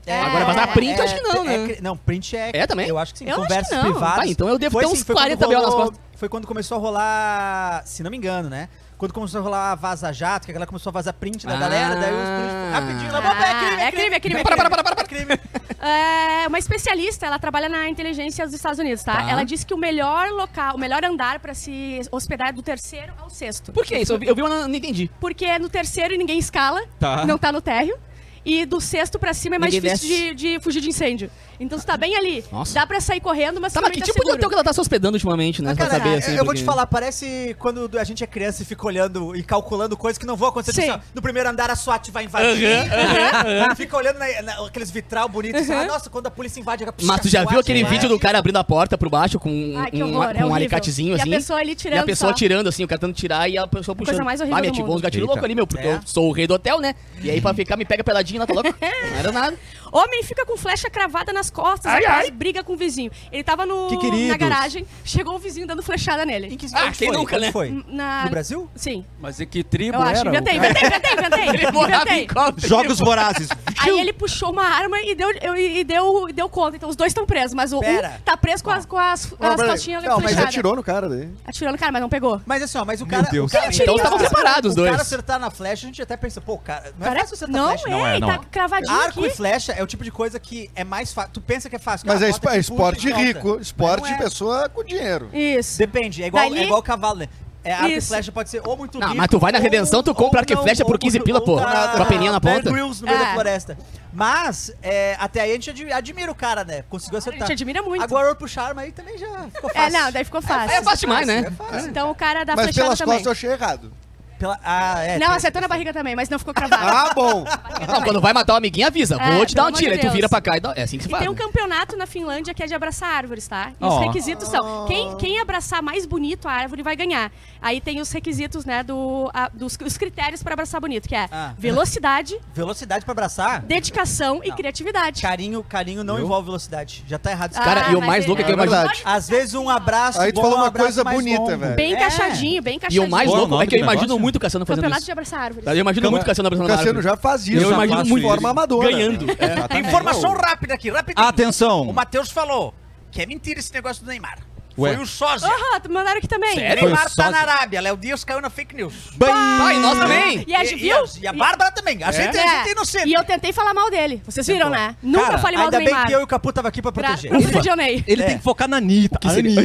Speaker 6: É,
Speaker 4: Agora vazar print, eu acho que não,
Speaker 6: é
Speaker 4: né?
Speaker 6: cri- não, print é.
Speaker 4: É também?
Speaker 6: Eu acho que sim.
Speaker 2: Eu acho
Speaker 6: Conversas
Speaker 2: que não.
Speaker 6: privadas.
Speaker 4: Ah, então eu devo ter uns
Speaker 6: foi quando
Speaker 4: 40 B.O. nas
Speaker 6: rolou-
Speaker 4: costas.
Speaker 6: Foi quando começou a rolar, se não me engano, né? Quando começou a rolar Vaza Jato, que a galera começou a vazar print da
Speaker 4: Ah.
Speaker 6: galera, daí os print rapidinho, lá,
Speaker 2: Ah,
Speaker 6: é crime, é crime,
Speaker 2: é crime, é crime.
Speaker 6: Para, para, para, para, para, crime.
Speaker 2: É, uma especialista, ela trabalha na inteligência dos Estados Unidos, tá?
Speaker 4: Tá.
Speaker 2: Ela disse que o melhor local, o melhor andar pra se hospedar é do terceiro ao sexto.
Speaker 4: Por que isso? Eu vi, eu vi, mas não, não entendi.
Speaker 2: Porque é no terceiro ninguém escala,
Speaker 1: Tá.
Speaker 2: não tá no térreo. E do sexto pra cima é mais
Speaker 4: Ninguém
Speaker 2: difícil de, de fugir de incêndio. Então você tá bem ali.
Speaker 4: Nossa.
Speaker 2: Dá pra sair correndo, mas
Speaker 4: Tá, mas
Speaker 2: também
Speaker 4: que
Speaker 2: tá
Speaker 4: tipo de
Speaker 2: seguro. Ah,
Speaker 4: hotel que ela tá se hospedando ultimamente, né? Pra
Speaker 6: Cara,
Speaker 4: saber,
Speaker 6: eu-
Speaker 4: assim.
Speaker 6: eu vou
Speaker 4: porque-
Speaker 6: te falar, parece quando a gente é criança e fica olhando e calculando coisas que não vão acontecer.
Speaker 2: Sim.
Speaker 6: Tipo assim, ó, no primeiro andar a SWAT vai invadir. E Fica olhando na, na- aqueles vitral bonitos. assim, ah, nossa, quando a polícia invade a
Speaker 4: Mas tu já viu
Speaker 6: SWAT né?
Speaker 4: aquele
Speaker 6: invade.
Speaker 4: vídeo do cara abrindo a porta pro baixo com um,
Speaker 2: Ai, que
Speaker 4: um-
Speaker 2: horror, é
Speaker 4: com um
Speaker 2: horrível.
Speaker 4: alicatezinho,
Speaker 2: E a
Speaker 4: assim?
Speaker 2: pessoa ali
Speaker 4: E a
Speaker 2: tirando
Speaker 4: pessoa
Speaker 2: só.
Speaker 4: tirando, assim, o cara tentando tirar e a pessoa puxando.
Speaker 2: mais horrível
Speaker 4: Ah, me
Speaker 2: do
Speaker 4: ativou
Speaker 2: mundo.
Speaker 4: uns gatilhos
Speaker 1: Eita.
Speaker 4: loucos ali, meu, porque
Speaker 6: É.
Speaker 4: eu sou o rei do hotel, né? E aí pra ficar, me pega pegadinha lá, tá louco? Não era nada.
Speaker 2: Homem fica com flecha cravada nas costas,
Speaker 4: Ai,
Speaker 2: rapaz,
Speaker 4: ai.
Speaker 2: briga com o vizinho. Ele tava no,
Speaker 1: Que queridos.
Speaker 2: na garagem, chegou o vizinho dando flechada nele.
Speaker 6: que
Speaker 4: Ah,
Speaker 6: onde
Speaker 4: quem
Speaker 6: foi?
Speaker 4: nunca,
Speaker 6: Onde
Speaker 4: né?
Speaker 6: Foi?
Speaker 2: Na-
Speaker 6: No Brasil?
Speaker 2: Sim,
Speaker 5: Mas é que tribo
Speaker 2: eu acho.
Speaker 5: era?
Speaker 2: Inventei, inventei, inventei, inventei.
Speaker 4: Ele morava em
Speaker 2: inventei.
Speaker 4: qual tribo?
Speaker 1: Jogos vorazes.
Speaker 2: Aí ele puxou uma arma e deu, eu- e deu, e deu conta. Então os dois estão presos, mas o
Speaker 6: Pera.
Speaker 2: um tá preso com as, com as,
Speaker 3: Não,
Speaker 2: as
Speaker 3: peraí.
Speaker 2: costinhas
Speaker 3: Não, mas
Speaker 2: flechadas.
Speaker 3: atirou no cara daí. É
Speaker 2: Atirou no cara, mas não pegou.
Speaker 6: Mas assim, ó, mas o cara.
Speaker 1: Deus.
Speaker 6: O cara assim,
Speaker 2: Então estavam
Speaker 4: preparados os
Speaker 6: O
Speaker 4: dois.
Speaker 6: cara acertar na flecha, a gente até pensa, pô, cara, não é
Speaker 2: Cara,
Speaker 6: fácil acertar
Speaker 2: não,
Speaker 6: flecha.
Speaker 1: Não
Speaker 2: é,
Speaker 1: é,
Speaker 2: ele
Speaker 1: não
Speaker 2: tá
Speaker 1: é.
Speaker 2: cravadinho
Speaker 6: Arco e
Speaker 2: aqui.
Speaker 6: flecha é o tipo de coisa que é mais fácil. Tu pensa que é fácil.
Speaker 3: Mas
Speaker 6: cara,
Speaker 3: é,
Speaker 6: bota,
Speaker 3: espo- é
Speaker 6: te puxa
Speaker 3: esporte
Speaker 6: e solta.
Speaker 3: rico, esporte
Speaker 6: Mas
Speaker 3: de
Speaker 6: não é.
Speaker 3: pessoa com dinheiro.
Speaker 2: Isso.
Speaker 6: Depende, é igual,
Speaker 2: Dali-
Speaker 6: é igual cavalo, né? É arco e
Speaker 2: Isso.
Speaker 6: flecha pode ser ou muito
Speaker 4: Não,
Speaker 6: rico,
Speaker 4: mas tu vai na
Speaker 6: ou-
Speaker 4: Redenção, tu
Speaker 6: ou
Speaker 4: compra arco e
Speaker 6: não,
Speaker 4: flecha por
Speaker 6: ou
Speaker 4: 15
Speaker 6: tu-
Speaker 4: pila,
Speaker 6: ou
Speaker 4: pô.
Speaker 6: tá
Speaker 4: Com a peninha na
Speaker 6: Bear
Speaker 4: ponta.
Speaker 6: Grylls no meio da
Speaker 2: É.
Speaker 6: floresta. Mas, é, até aí a gente ad- admira o cara, né? Conseguiu
Speaker 2: A
Speaker 6: acertar.
Speaker 2: gente admira muito.
Speaker 6: Agora outro puxar arma aí também já ficou fácil.
Speaker 2: é, não, daí ficou fácil.
Speaker 4: É fácil demais, né?
Speaker 2: Então o cara dá
Speaker 3: Mas
Speaker 2: flechada
Speaker 3: pelas
Speaker 2: também.
Speaker 3: costas eu achei errado.
Speaker 6: Pela- ah, é,
Speaker 2: Não,
Speaker 6: tem-
Speaker 2: acertou na barriga também, mas não ficou cravado.
Speaker 3: Ah, bom.
Speaker 4: Não, quando vai matar o amiguinho, avisa.
Speaker 2: É,
Speaker 4: Vou te dar um
Speaker 2: pelo
Speaker 4: tiro.
Speaker 2: amor
Speaker 4: Aí
Speaker 2: de
Speaker 4: tu
Speaker 2: Deus.
Speaker 4: vira pra cá e dá. É assim que
Speaker 2: E
Speaker 4: se faz.
Speaker 2: tem um
Speaker 4: né?
Speaker 2: campeonato na Finlândia que é de abraçar árvores, tá? E os
Speaker 5: Ó.
Speaker 2: requisitos são:
Speaker 3: Oh.
Speaker 2: quem, quem abraçar mais bonito a árvore vai ganhar. Aí tem os requisitos, né, do, a- dos os critérios pra abraçar bonito, que é
Speaker 6: Ah.
Speaker 2: velocidade,
Speaker 6: Velocidade pra abraçar?
Speaker 2: dedicação e
Speaker 6: Não.
Speaker 2: criatividade.
Speaker 6: Carinho, carinho não envolve velocidade. Já tá errado. esse
Speaker 4: Cara, e o
Speaker 2: mas
Speaker 4: mais
Speaker 2: é-
Speaker 4: louco é que eu
Speaker 3: É
Speaker 4: imagino.
Speaker 3: verdade.
Speaker 6: Às vezes um abraço.
Speaker 3: Aí tu
Speaker 6: bom
Speaker 3: falou
Speaker 6: é um
Speaker 3: uma
Speaker 6: abraço
Speaker 3: coisa
Speaker 6: mais
Speaker 3: bonita,
Speaker 6: longo.
Speaker 3: velho.
Speaker 2: Bem
Speaker 6: É.
Speaker 2: encaixadinho, bem
Speaker 4: E
Speaker 2: encaixadinho.
Speaker 4: o mais
Speaker 1: Qual é o
Speaker 4: louco
Speaker 1: nome
Speaker 4: é que eu
Speaker 1: do
Speaker 4: imagino
Speaker 1: negócio?
Speaker 4: muito o Cassiano fazendo
Speaker 2: Campeonato
Speaker 4: isso.
Speaker 2: de abraçar árvores.
Speaker 4: Eu imagino
Speaker 1: Cam-
Speaker 4: muito o Cassiano abraçando a
Speaker 3: Cassiano
Speaker 4: árvore.
Speaker 3: já faz isso.
Speaker 4: Eu
Speaker 1: já
Speaker 4: imagino
Speaker 1: faço
Speaker 4: muito.
Speaker 1: isso.
Speaker 3: Forma amadora.
Speaker 4: Ganhando.
Speaker 1: É, exatamente.
Speaker 11: Informação rápida aqui, rapidinho.
Speaker 1: Atenção.
Speaker 11: O Matheus falou que é mentira esse negócio do Neymar.
Speaker 1: Ué.
Speaker 11: Foi o sósia.
Speaker 2: Aham, mandaram aqui também.
Speaker 4: Sério?
Speaker 11: Neymar
Speaker 1: Foi o
Speaker 11: tá
Speaker 1: sósia.
Speaker 11: na Arábia. Léo Dias caiu na fake news.
Speaker 4: Pai,
Speaker 2: Ah.
Speaker 4: nós também.
Speaker 2: E a
Speaker 11: E-
Speaker 2: gente
Speaker 11: e
Speaker 2: viu?
Speaker 11: a- E a Bárbara também.
Speaker 6: Ah,
Speaker 11: A gente
Speaker 2: É.
Speaker 11: a gente é inocente.
Speaker 2: E eu tentei falar mal dele. Vocês viram, né? Nunca
Speaker 6: Cara,
Speaker 2: falei mal
Speaker 6: ainda
Speaker 2: do
Speaker 6: bem
Speaker 2: Neymar.
Speaker 6: que eu e o Capu tava aqui pra
Speaker 2: Pra-
Speaker 6: proteger.
Speaker 2: Eu protegionei.
Speaker 1: Ele tem que focar na Anitta.
Speaker 4: se ele-
Speaker 1: É.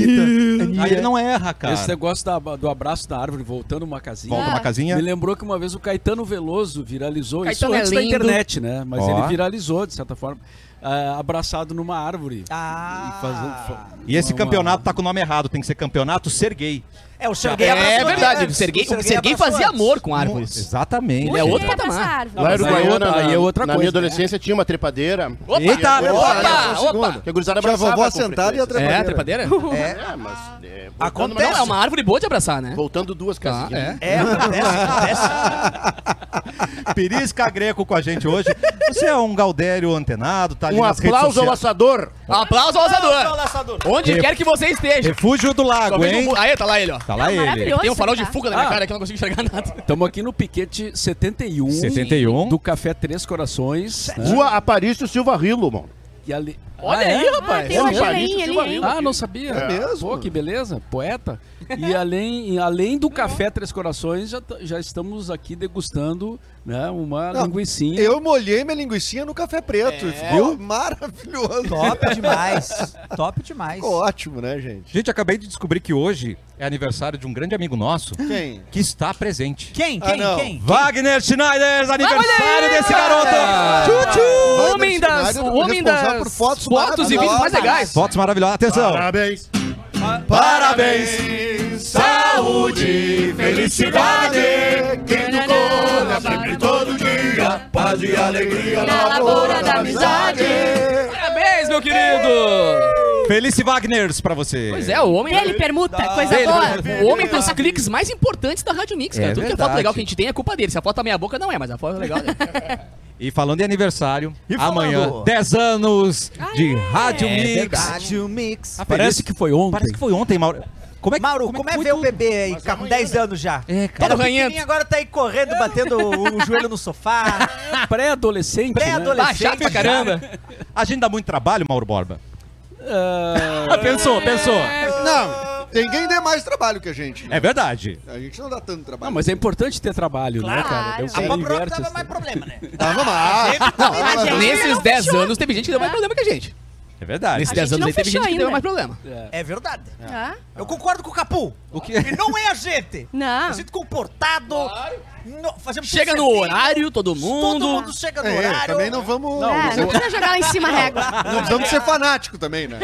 Speaker 1: Anitta. Aí ele não erra, cara.
Speaker 5: Esse
Speaker 8: é
Speaker 5: negócio da- do abraço na árvore, voltando uma casinha.
Speaker 1: Volta uma
Speaker 2: Ah.
Speaker 1: casinha.
Speaker 5: Me
Speaker 8: é
Speaker 5: lembrou que uma vez o Caetano Veloso viralizou
Speaker 4: Caetano
Speaker 5: isso
Speaker 4: é
Speaker 5: antes da
Speaker 4: lindo.
Speaker 5: internet, né? Mas
Speaker 1: Ó.
Speaker 5: ele viralizou, de certa forma, ah, abraçado numa árvore.
Speaker 6: Ah.
Speaker 5: E fazendo- fa-
Speaker 1: E esse
Speaker 5: uma- uma-
Speaker 1: campeonato tá com o nome errado. Tem que ser campeonato Serguei.
Speaker 6: É, o Serguei
Speaker 4: É
Speaker 6: abraçou
Speaker 4: verdade.
Speaker 6: ele
Speaker 1: né?
Speaker 4: O
Speaker 6: antes.
Speaker 4: Serguei, o Serguei
Speaker 6: abraçou
Speaker 4: fazia
Speaker 6: antes.
Speaker 4: amor com
Speaker 1: Mo-
Speaker 4: árvores.
Speaker 1: Exatamente.
Speaker 4: Ele é outro
Speaker 2: Quero abraçar
Speaker 4: patamar.
Speaker 2: árvore.
Speaker 5: Não,
Speaker 8: Lá em
Speaker 5: mas aí é
Speaker 8: Uruguaiana,
Speaker 5: outra-
Speaker 8: na,
Speaker 5: aí é outra
Speaker 8: na
Speaker 5: coisa,
Speaker 8: minha
Speaker 5: né?
Speaker 8: adolescência, tinha uma trepadeira.
Speaker 4: Opa!
Speaker 1: Eita,
Speaker 4: Opa!
Speaker 8: opa,
Speaker 4: Opa!
Speaker 8: Que a gurizada
Speaker 3: Tinha
Speaker 8: abraçava
Speaker 3: vovó
Speaker 8: com
Speaker 3: sentada e a
Speaker 8: frequência.
Speaker 4: É,
Speaker 3: trepadeira.
Speaker 4: trepadeira?
Speaker 8: É, mas... é, voltando,
Speaker 6: Acontece.
Speaker 4: Não, é uma árvore boa de abraçar, né?
Speaker 8: mas Voltando duas
Speaker 4: Tá,
Speaker 8: casinhas.
Speaker 4: é.
Speaker 6: É, acontece, acontece.
Speaker 1: Perisca Greco com a gente hoje. Você é um Gaudério antenado, tá ali
Speaker 8: Um
Speaker 1: nas redes
Speaker 8: aplauso ao
Speaker 1: sociais.
Speaker 8: laçador.
Speaker 4: Aplauso ao
Speaker 6: Não,
Speaker 4: lançador.
Speaker 6: laçador.
Speaker 4: Onde quer que você esteja.
Speaker 1: Refúgio do Lago,
Speaker 4: Talvez
Speaker 1: hein?
Speaker 4: não- Aí, tá lá ele, ó.
Speaker 1: Tá lá
Speaker 2: Não,
Speaker 1: ele.
Speaker 2: maravilhoso.
Speaker 4: Tem um farol de
Speaker 2: tá?
Speaker 4: fuga na minha
Speaker 5: Ah.
Speaker 4: cara que eu não consigo enxergar nada.
Speaker 5: Estamos aqui no piquete 71,
Speaker 1: 71.
Speaker 5: do Café Três Corações. né?
Speaker 8: Rua Aparício Silva Rilo, mano.
Speaker 5: E ali-
Speaker 4: Olha
Speaker 5: Ah, é?
Speaker 4: aí, rapaz.
Speaker 2: Ah, tem uma
Speaker 8: Olha,
Speaker 2: geleinha
Speaker 8: isso
Speaker 2: ali,
Speaker 8: é
Speaker 2: hein?
Speaker 5: Ah, não sabia.
Speaker 3: É mesmo?
Speaker 5: Pô, que beleza, poeta. E além, e além do café Três Corações, já, t- já estamos aqui degustando né, uma
Speaker 3: Não,
Speaker 5: linguiçinha.
Speaker 3: Eu molhei minha linguiça no café preto. e Ficou maravilhoso.
Speaker 6: Top demais. Top demais.
Speaker 3: Ficou ótimo, né, gente?
Speaker 1: Gente, acabei de descobrir que hoje é aniversário de um grande amigo nosso
Speaker 3: Quem?
Speaker 1: que está presente.
Speaker 6: Quem?
Speaker 3: Ah,
Speaker 6: Quem?
Speaker 3: não.
Speaker 6: quem?
Speaker 1: Wagner Schneider, aniversário desse
Speaker 4: Ah,
Speaker 1: garoto!
Speaker 4: O
Speaker 3: Wagner
Speaker 4: homem
Speaker 3: Schneider,
Speaker 4: das, o
Speaker 3: responsável
Speaker 4: homem das
Speaker 3: por fotos
Speaker 4: fotos e vídeos mais
Speaker 3: maravilhosas.
Speaker 4: legais.
Speaker 1: Fotos maravilhosas. Atenção!
Speaker 8: Parabéns.
Speaker 1: Parabéns! Saúde,
Speaker 3: Quem do
Speaker 2: Tananã,
Speaker 8: todo dia, paz e alegria
Speaker 2: Na lavoura da amizade.
Speaker 4: Parabéns, meu querido.
Speaker 1: Felice Wagners pra você!
Speaker 4: Pois é, o homem...
Speaker 2: Ele permuta, coisa
Speaker 4: Dele,
Speaker 2: boa.
Speaker 4: o homem dos cliques mais importantes da Rádio Mix, cara.
Speaker 1: É
Speaker 4: Tudo que é foto
Speaker 1: verdade.
Speaker 4: legal que a gente tem é culpa dele. Se a foto tá meia boca, não é, mas a foto é legal. né?
Speaker 1: E falando em aniversário,
Speaker 6: E falando-
Speaker 1: amanhã, 10 anos de Rádio
Speaker 4: É
Speaker 1: Mix.
Speaker 4: verdade.
Speaker 6: Rádio Mix.
Speaker 1: A
Speaker 5: Parece que foi ontem.
Speaker 1: Parece que foi ontem, Mauro. Como é que,
Speaker 6: Mauro, como, é ver o
Speaker 1: tudo?
Speaker 6: bebê aí com 10
Speaker 3: né?
Speaker 6: anos já?
Speaker 1: É,
Speaker 6: Era
Speaker 1: cara.
Speaker 4: Todo ranhento.
Speaker 6: pequenininho, agora tá aí correndo, batendo o, o joelho no sofá.
Speaker 5: Tá Pré-adolescente. né?
Speaker 6: Pré-adolescente.
Speaker 4: Bah, chato pra caramba.
Speaker 1: A gente dá muito trabalho, Mauro Borba.
Speaker 5: Né? Ah,
Speaker 1: pensou, pensou.
Speaker 3: Não, tem quem dê mais trabalho que a gente.
Speaker 1: É verdade.
Speaker 3: A gente não dá tanto trabalho.
Speaker 5: não, mas é importante ter trabalho, né, cara? Daí o
Speaker 2: Claro.
Speaker 5: cara
Speaker 11: A própria
Speaker 5: inverte,
Speaker 11: dava
Speaker 5: assim.
Speaker 11: mais problema, né?
Speaker 3: Dava mais.
Speaker 2: A gente
Speaker 4: Nesses
Speaker 2: é não
Speaker 4: 10
Speaker 2: fechou.
Speaker 4: anos, teve gente que deu mais problema que a gente.
Speaker 1: É verdade.
Speaker 4: Nesses
Speaker 2: A
Speaker 4: 10
Speaker 2: gente
Speaker 4: anos
Speaker 2: não
Speaker 4: aí, teve
Speaker 2: fechou
Speaker 4: gente que deu
Speaker 2: ainda.
Speaker 4: mais problema.
Speaker 11: É verdade.
Speaker 2: Hã?
Speaker 11: Eu concordo com o Capu.
Speaker 1: O que
Speaker 11: E não é a gente.
Speaker 2: Não.
Speaker 11: A gente comportado. não- fazemos tudo
Speaker 4: Chega no
Speaker 11: certinho.
Speaker 4: horário, todo
Speaker 11: Todo
Speaker 4: mundo.
Speaker 11: mundo chega no
Speaker 3: É,
Speaker 11: horário.
Speaker 3: também não vamos. Não,
Speaker 2: É, não
Speaker 3: precisamos-
Speaker 2: precisa jogar lá em cima a régua.
Speaker 3: não precisamos ser fanático também, né?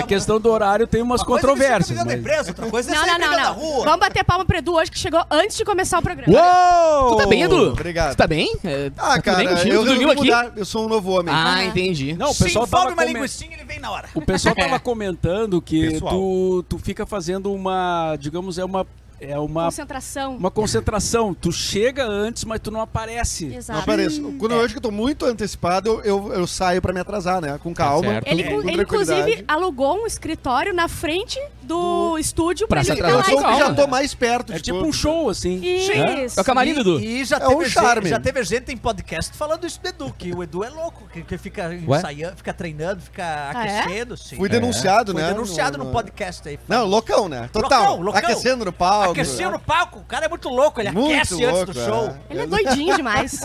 Speaker 5: A questão do horário tem umas
Speaker 6: é
Speaker 11: Coisa que fica
Speaker 5: controvérsias.
Speaker 11: brigando
Speaker 5: mas-
Speaker 11: em empresa, outra coisa é
Speaker 2: Não,
Speaker 11: sair
Speaker 2: não, não,
Speaker 11: brigando na
Speaker 2: não.
Speaker 11: rua.
Speaker 2: Vamos bater palma pro Edu hoje que chegou antes de começar o programa.
Speaker 1: Uou!
Speaker 4: Tu tá bem, Edu?
Speaker 3: Obrigado.
Speaker 4: Tu tá bem? É,
Speaker 3: Ah,
Speaker 4: tá tudo
Speaker 3: cara,
Speaker 4: bem contigo?
Speaker 3: eu
Speaker 4: Tu dormiu
Speaker 3: resolvi
Speaker 4: aqui?
Speaker 3: mudar. Eu sou um novo homem.
Speaker 4: Ah, entendi.
Speaker 5: Não, o
Speaker 11: Se
Speaker 5: pessoal tava
Speaker 11: envolve uma
Speaker 5: comen-
Speaker 11: linguiçinha, ele vem na hora.
Speaker 5: O pessoal tava comentando que
Speaker 1: Pessoal.
Speaker 5: tu, tu fica fazendo uma, digamos, é uma é uma,
Speaker 2: Concentração.
Speaker 5: uma concentração. Tu chega antes, mas tu não aparece.
Speaker 3: Não
Speaker 2: Exato.
Speaker 3: apareço.
Speaker 2: Hum,
Speaker 3: Quando
Speaker 2: é.
Speaker 3: eu acho que eu tô muito antecipado, eu, eu, eu saio pra me atrasar, né? Com calma.
Speaker 4: certo.
Speaker 2: Ele,
Speaker 3: com
Speaker 2: ele, inclusive,
Speaker 3: tranquilidade.
Speaker 2: alugou um escritório na frente do, estúdio pra
Speaker 4: Pra se
Speaker 2: ele
Speaker 3: Eu
Speaker 4: atrasar.
Speaker 2: ficar
Speaker 3: sou o
Speaker 2: lá
Speaker 3: que
Speaker 4: calma.
Speaker 3: já tô mais perto.
Speaker 5: É tipo um show, assim.
Speaker 2: e...
Speaker 4: É
Speaker 2: Isso.
Speaker 4: o camarim, Dudu.
Speaker 6: E já,
Speaker 3: É um
Speaker 6: teve gente-
Speaker 3: charme.
Speaker 6: já teve gente em podcast falando isso do Edu, que o Edu é louco, que, que fica ensaiando, fica treinando, fica
Speaker 2: Ah, é?
Speaker 6: aquecendo, sim.
Speaker 3: Fui denunciado,
Speaker 6: Foi
Speaker 3: né?
Speaker 6: É. denunciado no podcast aí.
Speaker 3: Não, loucão, né? Total.
Speaker 6: Loucão, loucão.
Speaker 3: Aquecendo no palco.
Speaker 6: Aqueceu no palco, o cara é muito louco, ele
Speaker 3: Muito
Speaker 6: aquece
Speaker 3: louco,
Speaker 6: antes do show.
Speaker 3: é.
Speaker 2: Ele é doidinho demais.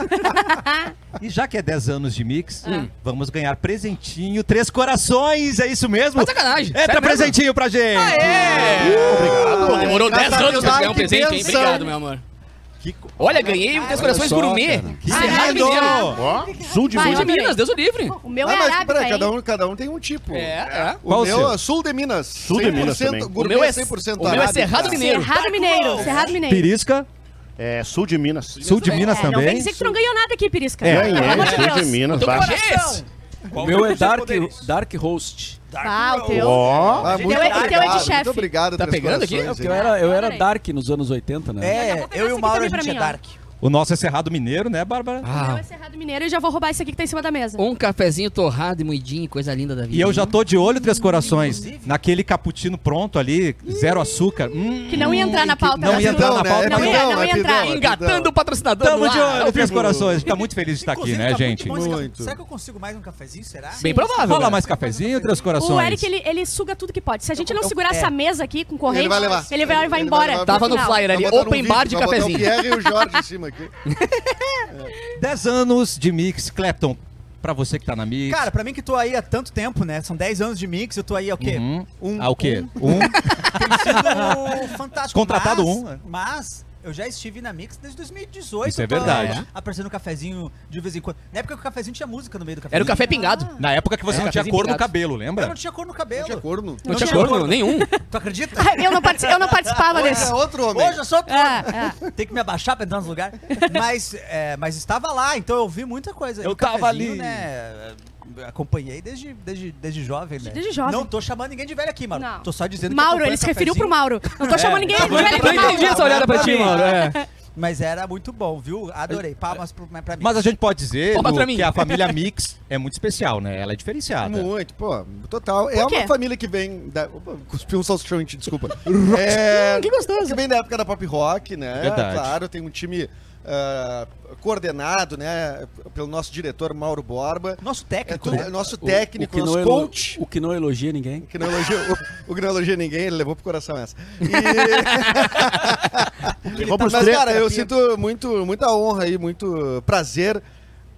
Speaker 1: E já que é 10 anos de mix, vamos ganhar presentinho, três corações, é isso mesmo?
Speaker 4: Tá de sacanagem.
Speaker 1: Entra
Speaker 4: Sério mesmo?
Speaker 1: presentinho pra gente!
Speaker 4: Pô, demorou 10
Speaker 3: Natalidade,
Speaker 4: anos pra ganhar um presente, hein?
Speaker 3: benção.
Speaker 4: Obrigado, meu amor.
Speaker 1: Que co-
Speaker 4: Olha, ganhei um 10 corações
Speaker 3: só,
Speaker 4: gourmet.
Speaker 3: cara.
Speaker 1: Que
Speaker 4: Serra
Speaker 1: lindo!
Speaker 4: Mineira.
Speaker 8: Ó, sul de
Speaker 2: Vai,
Speaker 4: Sul
Speaker 2: eu
Speaker 4: de
Speaker 2: ganhei.
Speaker 4: Minas, Deus o livre.
Speaker 2: O meu
Speaker 3: Ah,
Speaker 2: é
Speaker 3: mas
Speaker 2: arábica,
Speaker 3: peraí,
Speaker 2: hein?
Speaker 3: cada um, cada um tem um tipo.
Speaker 4: É, é.
Speaker 3: O
Speaker 1: Qual o
Speaker 3: meu
Speaker 1: seu?
Speaker 3: é sul de Minas.
Speaker 8: Sul de Minas também.
Speaker 4: O
Speaker 3: Gourmet
Speaker 4: meu é,
Speaker 3: 100%
Speaker 4: o meu é
Speaker 3: arábica.
Speaker 4: Cerrado Mineiro.
Speaker 2: Cerrado Mineiro. Cerrado Mineiro.
Speaker 1: Pirisca,
Speaker 8: É, sul de Minas.
Speaker 1: sul de Minas
Speaker 2: É, não vem
Speaker 1: também.
Speaker 2: dizer que tu não ganhou nada aqui, Pirisca.
Speaker 8: É,
Speaker 2: Pelo
Speaker 8: é,
Speaker 2: amor de
Speaker 8: sul de
Speaker 2: Deus.
Speaker 8: Minas.
Speaker 4: Então,
Speaker 8: vai.
Speaker 4: qual é esse?
Speaker 5: O meu é Dark, Dark Host.
Speaker 2: Ah, o teu.
Speaker 8: Ó,
Speaker 3: Ah, muito
Speaker 2: Teu é- teu é de
Speaker 3: obrigado,
Speaker 2: chefe.
Speaker 3: Muito obrigado,
Speaker 4: Tá
Speaker 3: Três
Speaker 4: pegando aqui?
Speaker 5: É,
Speaker 3: Corações,
Speaker 5: porque eu
Speaker 3: hein?
Speaker 5: era, eu era
Speaker 2: Adorei.
Speaker 5: Dark nos anos 80, né?
Speaker 2: já
Speaker 6: É,
Speaker 2: vou pegar
Speaker 6: eu e
Speaker 2: esse
Speaker 6: o
Speaker 2: aqui
Speaker 6: Mauro a
Speaker 2: também pra
Speaker 6: gente é
Speaker 2: mim, ó.
Speaker 6: dark.
Speaker 1: O nosso é Cerrado Mineiro, né, Bárbara?
Speaker 4: Ah,
Speaker 2: O meu é Cerrado Mineiro e já vou roubar esse aqui que tá em cima da mesa.
Speaker 4: Um cafezinho torrado e moidinho, coisa linda da vida.
Speaker 1: E eu já tô de olho, Três Corações, naquele cappuccino pronto ali, zero açúcar. Hum,
Speaker 2: Que não ia entrar na pauta.
Speaker 1: Não
Speaker 2: né?
Speaker 1: ia entrar na
Speaker 3: né?
Speaker 1: pauta,
Speaker 2: Não
Speaker 1: mas-
Speaker 2: ia, não ia
Speaker 3: Rapidão,
Speaker 2: entrar.
Speaker 3: rapidão.
Speaker 4: Engatando o patrocinador
Speaker 1: Tamo
Speaker 4: no
Speaker 1: de
Speaker 4: ar.
Speaker 1: olho, Três Corações. Tá muito feliz de estar aqui,
Speaker 6: Inclusive,
Speaker 1: né,
Speaker 6: tá
Speaker 1: gente?
Speaker 6: Muito bom esse
Speaker 3: Muito.
Speaker 6: café. Será que eu consigo mais um cafezinho, será?
Speaker 4: Bem provável.
Speaker 1: Rola
Speaker 4: né?
Speaker 1: mais cafezinho, Três Corações.
Speaker 2: O Eric, ele, ele suga tudo que pode. Se a gente não segurar
Speaker 6: é.
Speaker 2: essa mesa aqui com corrente,
Speaker 3: Ele vai levar.
Speaker 2: ele vai,
Speaker 3: Ele vai
Speaker 2: embora.
Speaker 3: levar.
Speaker 4: Tava no
Speaker 2: final.
Speaker 4: flyer ali,
Speaker 3: Tá botando
Speaker 4: open
Speaker 3: um
Speaker 4: bar
Speaker 3: vídeo,
Speaker 4: de
Speaker 3: tá botando
Speaker 4: cafezinho.
Speaker 3: O Pierre e o Jorge em cima aqui.
Speaker 1: 10 anos de mix, Clapton. Pra você que tá na mix.
Speaker 6: Cara, pra mim que tô aí há tanto tempo, né? São 10 anos de mix, eu tô aí há o quê?
Speaker 1: Uhum.
Speaker 3: Um-
Speaker 1: Ah, o quê? Um.
Speaker 6: sido Tipo, fantástico.
Speaker 1: Contratado
Speaker 6: mas,
Speaker 4: né?
Speaker 1: um, é.
Speaker 6: Mas eu já estive na Mix desde 2018.
Speaker 1: Isso é
Speaker 6: eu tô
Speaker 1: verdade.
Speaker 6: Aparecendo um cafezinho de vez em quando. Na época que o cafezinho tinha música no meio do cafezinho.
Speaker 4: Era o café pingado.
Speaker 1: Na época que você
Speaker 4: É,
Speaker 1: não tinha
Speaker 4: cafezinho
Speaker 1: cor no
Speaker 4: picado.
Speaker 1: cabelo,
Speaker 6: Eu
Speaker 1: lembra?
Speaker 6: não tinha cor no
Speaker 3: Não tinha
Speaker 6: cabelo.
Speaker 3: corno.
Speaker 4: Não
Speaker 6: Não
Speaker 4: tinha
Speaker 6: tinha
Speaker 4: corno nenhum.
Speaker 6: Tu acredita?
Speaker 2: É, eu, não partici- eu não participava
Speaker 3: Hoje
Speaker 2: desse.
Speaker 3: é outro homem.
Speaker 6: Hoje eu sou outro.
Speaker 2: Ah, ah.
Speaker 6: Tem que me abaixar pra entrar nos lugares. Mas, é, mas estava lá, então eu vi muita coisa. E
Speaker 1: Eu
Speaker 6: o
Speaker 1: tava
Speaker 6: cafezinho,
Speaker 1: ali.
Speaker 6: Né, acompanhei desde, desde, desde jovem, né?
Speaker 2: Desde jovem.
Speaker 6: Não tô chamando ninguém de velho aqui, mano.
Speaker 2: Não.
Speaker 6: Tô só dizendo que
Speaker 2: Mauro,
Speaker 6: acompanho
Speaker 2: ele se referiu pro
Speaker 6: cafezinho.
Speaker 2: Mauro. Não tô chamando ninguém. de velho
Speaker 4: Eu
Speaker 2: pro Mauro.
Speaker 4: entendi essa olhada pra ti, Mauro. é.
Speaker 6: Mas era muito bom, viu? Adorei. Palmas pro- pra mim.
Speaker 1: Mas a gente pode dizer
Speaker 4: Palma
Speaker 1: Lu,
Speaker 4: pra mim.
Speaker 1: que a família Mix é muito especial, né? Ela é diferenciada.
Speaker 3: Muito, pô, total. É
Speaker 2: quê?
Speaker 3: uma família que vem da. Opa, cuspi um salsichão em ti, desculpa. é, que gostoso. Que vem da época da pop rock, né?
Speaker 1: Verdade.
Speaker 3: Claro, tem um time ah, coordenado, né? Pelo nosso diretor Mauro Borba.
Speaker 6: Nosso
Speaker 3: É
Speaker 6: técnico,
Speaker 3: tudo-
Speaker 6: né?
Speaker 3: nosso
Speaker 5: O-
Speaker 3: técnico,
Speaker 5: o que não é
Speaker 3: nosso
Speaker 5: elo-
Speaker 3: coach.
Speaker 5: O que não elogia ninguém.
Speaker 3: Que não elogia, o, o que não elogia ninguém, ele levou pro coração essa. E,
Speaker 8: Levou pros
Speaker 3: mas,
Speaker 8: três. né?
Speaker 3: cara, eu sinto muito, muita honra e muito prazer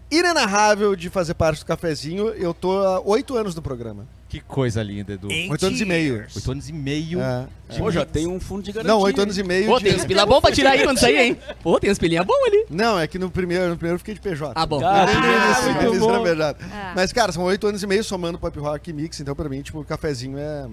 Speaker 3: inenarrável de fazer parte do cafezinho. Eu tô há oito anos no programa.
Speaker 1: Que coisa linda, Edu.
Speaker 6: Eight
Speaker 3: Oito anos e meio.
Speaker 1: Oito anos e meio.
Speaker 3: É.
Speaker 5: Pô, já tem um fundo de garantia.
Speaker 3: Não, oito anos e meio.
Speaker 4: Pô,
Speaker 3: de-
Speaker 4: tem uns pila bom pra tirar aí quando sair, hein? Pô, tem uns pilinha bom ali.
Speaker 3: Não, é que no primeiro, no primeiro eu fiquei de PJ.
Speaker 4: Ah, bom.
Speaker 5: Cara,
Speaker 3: Nem
Speaker 5: Ah,
Speaker 3: isso,
Speaker 5: muito
Speaker 3: nem isso era
Speaker 5: bom.
Speaker 3: verdade.
Speaker 2: Ah.
Speaker 3: Mas, cara, são oito anos e meio somando pop rock e mix, então pra mim, tipo, o cafezinho é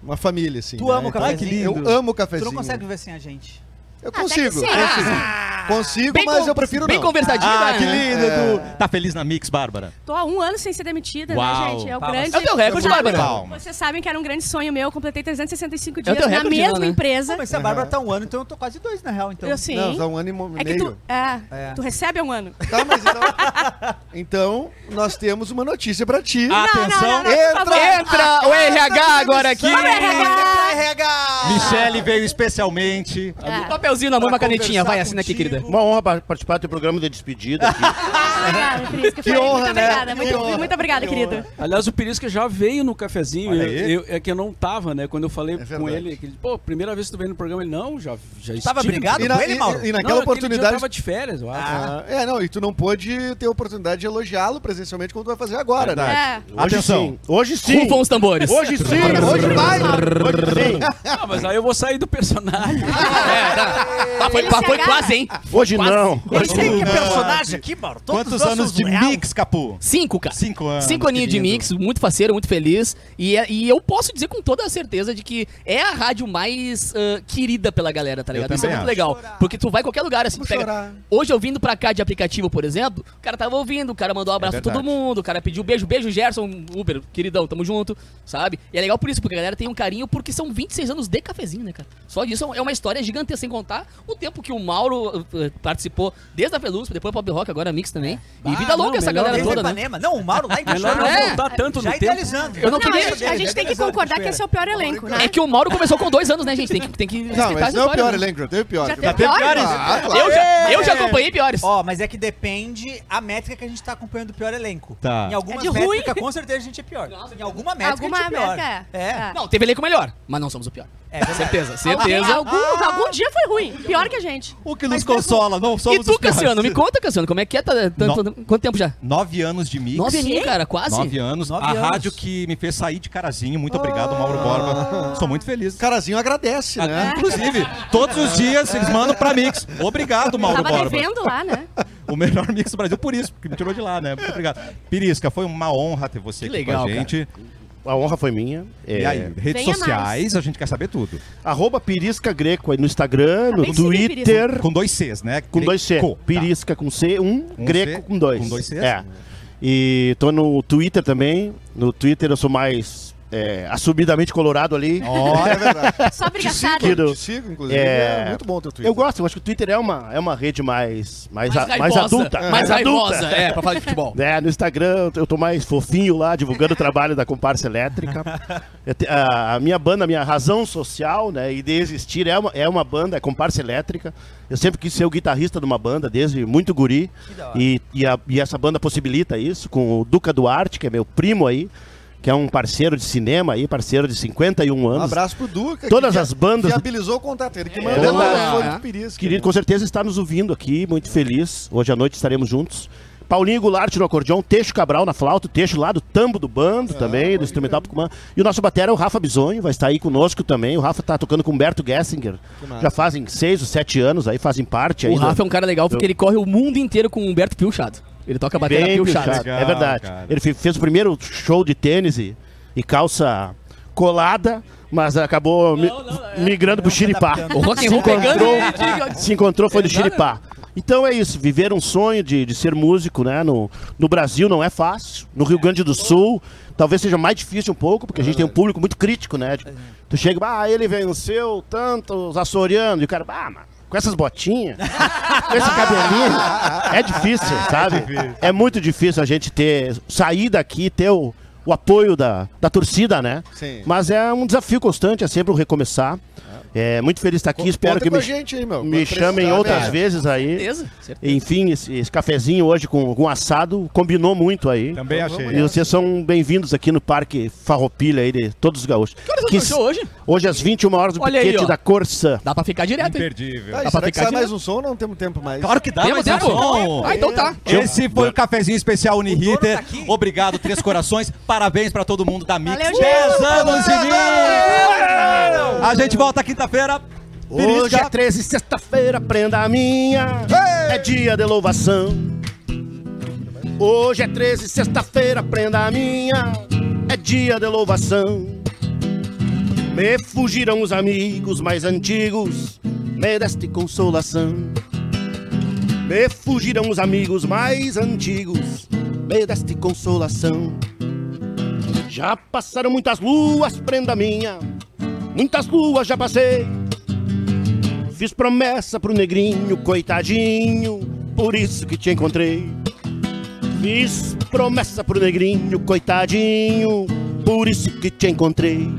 Speaker 3: uma família, assim.
Speaker 6: Tu
Speaker 3: né?
Speaker 6: ama o
Speaker 3: Então,
Speaker 6: cafezinho?
Speaker 3: Eu amo o
Speaker 6: Tu
Speaker 3: cafezinho.
Speaker 6: não consegue Ah, ver sem a gente.
Speaker 3: Eu
Speaker 2: Até que
Speaker 3: consigo.
Speaker 2: sim.
Speaker 3: consigo. Consigo, mas eu prefiro
Speaker 4: bem
Speaker 3: não.
Speaker 4: conversadinho,
Speaker 1: Ah,
Speaker 4: né?
Speaker 1: que lindo,
Speaker 3: É.
Speaker 1: Edu. Tá feliz na Mix, Bárbara?
Speaker 2: Tô há um ano sem ser demitida,
Speaker 1: Uau.
Speaker 2: né, gente? É o
Speaker 6: Palmas.
Speaker 2: grande.
Speaker 4: É o teu recorde,
Speaker 2: Sabe,
Speaker 4: Bárbara.
Speaker 1: Palmas.
Speaker 2: Vocês sabem que era um grande sonho meu. Eu completei 365
Speaker 4: É o
Speaker 2: dias
Speaker 4: teu
Speaker 2: na
Speaker 4: recorde,
Speaker 2: mesma
Speaker 4: né?
Speaker 2: empresa.
Speaker 6: Pô, mas se a Bárbara tá um ano, então eu tô quase dois, na real, então.
Speaker 2: é. Eu sim.
Speaker 3: Não, dá um ano e mo-
Speaker 2: é que
Speaker 3: meio.
Speaker 2: tu, é,
Speaker 6: É.
Speaker 2: tu recebe há um ano.
Speaker 3: Tá, mas então... então, nós temos uma notícia pra ti.
Speaker 1: Atenção.
Speaker 2: por favor.
Speaker 4: Entra o RH agora aqui.
Speaker 2: Vamos, RH!
Speaker 11: Ah,
Speaker 4: Ah.
Speaker 1: Michele veio especialmente.
Speaker 4: Um papelzinho na mão, uma
Speaker 6: Pra
Speaker 4: canetinha.
Speaker 6: conversar
Speaker 4: Vai, assina aqui,
Speaker 6: contigo.
Speaker 4: querida.
Speaker 8: É Uma honra par- participar do teu programa de despedida aqui.
Speaker 2: Obrigada, Prisca.
Speaker 3: Que
Speaker 2: Foi-
Speaker 3: honra,
Speaker 2: muito
Speaker 3: né?
Speaker 2: obrigada,
Speaker 3: Que
Speaker 2: muito,
Speaker 3: honra.
Speaker 2: muito obrigada,
Speaker 3: Que
Speaker 2: querido.
Speaker 3: honra.
Speaker 5: Aliás, o Perisca já veio no cafezinho.
Speaker 1: Olha
Speaker 5: eu-
Speaker 1: aí.
Speaker 5: eu- é que eu não tava, né? Quando eu falei com
Speaker 3: É verdade.
Speaker 5: ele, que ele, pô, primeira vez que tu veio no programa, ele, não, já, já
Speaker 4: tipo,
Speaker 6: Tava
Speaker 5: estive no
Speaker 6: brigado?
Speaker 5: programa."
Speaker 3: E, na-
Speaker 6: Ah, Com ele,
Speaker 3: e-
Speaker 6: Mauro?
Speaker 3: e naquela
Speaker 5: Não, aquele dia
Speaker 3: oportunidade.
Speaker 5: Eu tava de férias, eu acho.
Speaker 3: Ah, é, não, e tu não pôde ter a oportunidade de elogiá-lo presencialmente como tu vai fazer agora, né?
Speaker 2: É.
Speaker 8: Hoje
Speaker 1: Atenção.
Speaker 8: sim. Hoje sim.
Speaker 4: Rufam os tambores.
Speaker 8: Hoje sim. Hoje vai. Hoje sim.
Speaker 5: Ah, mas aí eu vou sair do personagem.
Speaker 4: É, tá. Pá, foi, pá, foi quase, hein?
Speaker 8: Hoje não.
Speaker 6: Mas tem que é personagem aqui, Mauro. Todos
Speaker 1: Quantos
Speaker 6: nós
Speaker 1: anos
Speaker 6: somos
Speaker 1: de
Speaker 6: real.
Speaker 1: Mix, Capu?
Speaker 4: Cinco, cara.
Speaker 1: Cinco anos,
Speaker 4: Cinco aninhos de
Speaker 1: que lindo.
Speaker 4: mix, muito faceiro, muito feliz. E, é- e eu posso dizer com toda a certeza de que é a rádio mais ah, querida pela galera, tá ligado? Isso é
Speaker 1: também
Speaker 4: muito
Speaker 1: acho.
Speaker 4: legal. Porque tu vai em qualquer lugar, assim, tu
Speaker 3: Vou
Speaker 4: pega.
Speaker 3: chorar.
Speaker 4: Hoje eu vindo pra cá de aplicativo, por exemplo, o cara tava ouvindo, o cara mandou um abraço pra todo
Speaker 1: É verdade.
Speaker 4: mundo, o cara pediu beijo, beijo, Gerson, Uber, queridão, tamo junto, sabe? E é legal por isso, porque a galera tem um carinho, porque são 26 anos de fazer cafezinho, né, cara? Só disso é uma história gigantesca, sem contar o tempo que o Mauro eh, participou desde a Veluz, depois Pop Rock, agora a Mix também. E vida
Speaker 5: Ah,
Speaker 4: longa
Speaker 5: não,
Speaker 4: essa
Speaker 5: melhor
Speaker 4: galera
Speaker 5: desde
Speaker 4: toda, né?
Speaker 11: Ipanema. Não, o Mauro lá em
Speaker 5: Melhor
Speaker 11: Caxias.
Speaker 5: não
Speaker 4: É.
Speaker 5: voltar tanto
Speaker 11: Já tá
Speaker 5: no tempo.
Speaker 11: idealizando.
Speaker 4: Eu não queria-
Speaker 2: a gente, a
Speaker 6: né?
Speaker 2: gente tem que concordar que esse é o pior elenco, né?
Speaker 4: É que o Mauro começou com dois anos, né, gente? Tem que, tem que
Speaker 3: Não,
Speaker 4: respeitar
Speaker 3: mas
Speaker 4: essa
Speaker 3: não é o
Speaker 4: história,
Speaker 3: pior
Speaker 4: né?
Speaker 3: elenco, já teve pior.
Speaker 2: Já teve piores?
Speaker 3: Ah, claro.
Speaker 4: Eu já, eu já
Speaker 11: É.
Speaker 4: acompanhei piores.
Speaker 11: Ó, mas é que depende a métrica que a gente tá acompanhando o pior elenco.
Speaker 1: Tá.
Speaker 11: Em algumas
Speaker 2: É de ruim.
Speaker 11: métricas, com certeza a gente é pior. em alguma métrica
Speaker 2: Alguma
Speaker 11: a gente é pior.
Speaker 2: métrica é.
Speaker 11: É.
Speaker 2: É.
Speaker 4: Não, teve elenco melhor, mas não somos o pior.
Speaker 11: É verdade.
Speaker 4: Certeza,
Speaker 2: Alguém-
Speaker 4: certeza.
Speaker 2: algum, algum dia foi ruim. Pior que a gente.
Speaker 1: O que nos consola, não somos
Speaker 4: E tu,
Speaker 1: os piores.
Speaker 4: Cassiano, me conta, Cassiano, como é que é? Tá, tá-
Speaker 1: No-
Speaker 4: tá- quanto tempo já?
Speaker 1: Nove anos de mix.
Speaker 4: Nove aninhos, cara, quase.
Speaker 1: Nove anos.
Speaker 11: Nove
Speaker 1: a
Speaker 11: anos.
Speaker 1: rádio que me fez sair de carazinho. Muito obrigado, Mauro Borba. Sou muito feliz.
Speaker 3: Ah.
Speaker 1: Ah,
Speaker 3: Carazinho agradece, né?
Speaker 1: Inclusive, todos os dias eles mandam pra Mix. Obrigado, Mauro
Speaker 2: Tava
Speaker 1: Borba.
Speaker 2: devendo lá, né?
Speaker 1: O melhor Mix do Brasil, por isso, porque me tirou de lá, né? Muito obrigado. Pirisca, foi uma honra ter você
Speaker 4: Que
Speaker 1: aqui
Speaker 4: legal,
Speaker 1: com a
Speaker 4: cara.
Speaker 1: gente.
Speaker 8: A honra foi minha. É,
Speaker 1: E aí, redes
Speaker 2: Venha mais.
Speaker 1: sociais, a gente quer saber tudo.
Speaker 8: Arroba Pirisca Greco aí no Instagram,
Speaker 2: Tá
Speaker 8: no
Speaker 2: bem seguido,
Speaker 8: Twitter.
Speaker 1: Com dois Cs, né?
Speaker 8: com dois C.
Speaker 1: Greco.
Speaker 8: Pirisca com C, um,
Speaker 1: Um C,
Speaker 8: Greco com dois.
Speaker 1: com dois Cs.
Speaker 8: É. E tô no Twitter também. No Twitter eu sou mais é, assumidamente colorado ali.
Speaker 3: Ó, é verdade.
Speaker 2: Só
Speaker 3: Te
Speaker 2: brigaçada.
Speaker 8: Seguido.
Speaker 3: sigo, te sigo, inclusive.
Speaker 8: É.
Speaker 3: É... muito bom o teu Twitter.
Speaker 8: Eu gosto, eu acho que o Twitter é uma, é uma rede mais, mais, a- mais
Speaker 4: raivosa,
Speaker 8: adulta.
Speaker 4: Mais
Speaker 8: adulta.
Speaker 4: raivosa, é, pra falar de futebol.
Speaker 8: É, no Instagram eu tô mais fofinho lá, divulgando o trabalho da comparsa elétrica. Eu te- a, a minha banda, a minha razão social, né, e de existir é uma, é uma banda, é comparsa elétrica. Eu sempre quis ser o guitarrista de uma banda, desde muito guri. E, e, a- e essa banda possibilita isso, com o Duca Duarte, que é meu primo aí, que é um parceiro de cinema aí, parceiro de 51
Speaker 3: Um
Speaker 8: anos.
Speaker 3: abraço pro Duca.
Speaker 8: Todas
Speaker 3: que
Speaker 8: as bandas-
Speaker 3: Viabilizou o contato. Ele que mandou
Speaker 8: verdade.
Speaker 3: lá o
Speaker 4: É.
Speaker 3: fone de Pirisca.
Speaker 8: Querido, com certeza está nos ouvindo aqui, muito feliz. Hoje à noite estaremos juntos. Paulinho Goulart no acordeão, Teixo Cabral na flauta, o Teixo lá do tambo do
Speaker 1: É,
Speaker 8: bando também, do instrumental Pucumã. E o nosso batera, o Rafa Bisonho, vai estar aí conosco também. O Rafa tá tocando com o Humberto Gessinger.
Speaker 3: massa.
Speaker 8: Já fazem seis ou sete anos aí, fazem parte aí.
Speaker 4: O
Speaker 8: do-
Speaker 4: Rafa é um cara legal porque ele corre o mundo inteiro com o Humberto Pilchado. Ele toca a bateria
Speaker 8: bem
Speaker 4: Pilchado.
Speaker 8: puxado. É
Speaker 1: Legal,
Speaker 8: verdade.
Speaker 1: cara.
Speaker 8: Ele fe- fez o primeiro show de tênis e, e calça colada, mas acabou mi-
Speaker 4: é.
Speaker 8: migrando
Speaker 4: tá
Speaker 8: pro Chiripá.
Speaker 4: O rock and roll pegando. ele-
Speaker 8: se encontrou foi no Chiripá. Então é isso, viver um sonho de, de ser músico, né? No, no Brasil não é fácil. No Rio Grande do Sul, talvez seja mais difícil um pouco, porque a gente tem um público muito crítico, né? De- Tu chega, ah, ele venceu tantos açorianos, e o cara, ah, mano, com essas botinhas, com esse cabelinho, é difícil, sabe? É muito difícil a gente ter, sair daqui, ter o, o apoio da, da torcida, né?
Speaker 3: Sim.
Speaker 8: Mas é um desafio constante, é sempre um recomeçar. É, muito feliz de estar aqui, espero
Speaker 3: Conta
Speaker 8: que
Speaker 3: com
Speaker 8: me,
Speaker 3: a gente aí, meu. Quando
Speaker 8: me
Speaker 3: precisar, né?
Speaker 8: chamem outras
Speaker 7: né?
Speaker 3: velho.
Speaker 8: vezes aí.
Speaker 4: Certeza, certeza.
Speaker 8: Enfim, esse, esse cafezinho hoje com, com assado combinou muito aí.
Speaker 1: Também achei.
Speaker 8: E vocês são bem-vindos aqui no Parque Farroupilha aí de todos os gaúchos.
Speaker 4: Que horas é o
Speaker 8: Que
Speaker 4: teu show hoje?
Speaker 8: Hoje às 21 horas do
Speaker 4: Olha aí,
Speaker 8: piquete
Speaker 4: ó.
Speaker 8: da Corsã.
Speaker 4: Dá pra ficar direto, hein?
Speaker 1: Imperdível.
Speaker 3: Tá,
Speaker 4: pra
Speaker 3: e será que
Speaker 4: ficar
Speaker 3: sai
Speaker 4: de-
Speaker 3: mais um som ou não temos tempo mais?
Speaker 1: Claro que dá,
Speaker 4: Temos
Speaker 1: mas é
Speaker 4: tempo?
Speaker 1: bom.
Speaker 4: Ah, então tá.
Speaker 1: Esse foi o cafezinho especial Uniriter. Obrigado, Três Corações. Parabéns pra todo mundo da Mix.
Speaker 2: Valeu,
Speaker 1: 10
Speaker 2: gente.
Speaker 1: anos de Mix. A gente volta quinta-feira.
Speaker 8: Hoje
Speaker 1: Pirisca.
Speaker 8: é 13, sexta-feira, prenda minha. É dia de louvação. Hoje é 13, sexta-feira, prenda minha. É dia de louvação. Me fugiram os amigos mais antigos. Me deste consolação. Me fugiram os amigos mais antigos. Me deste consolação. Já passaram muitas luas, prenda minha. Muitas luas já passei. Fiz promessa pro negrinho, coitadinho, por isso que te encontrei. Fiz promessa pro negrinho, coitadinho, por isso que te encontrei.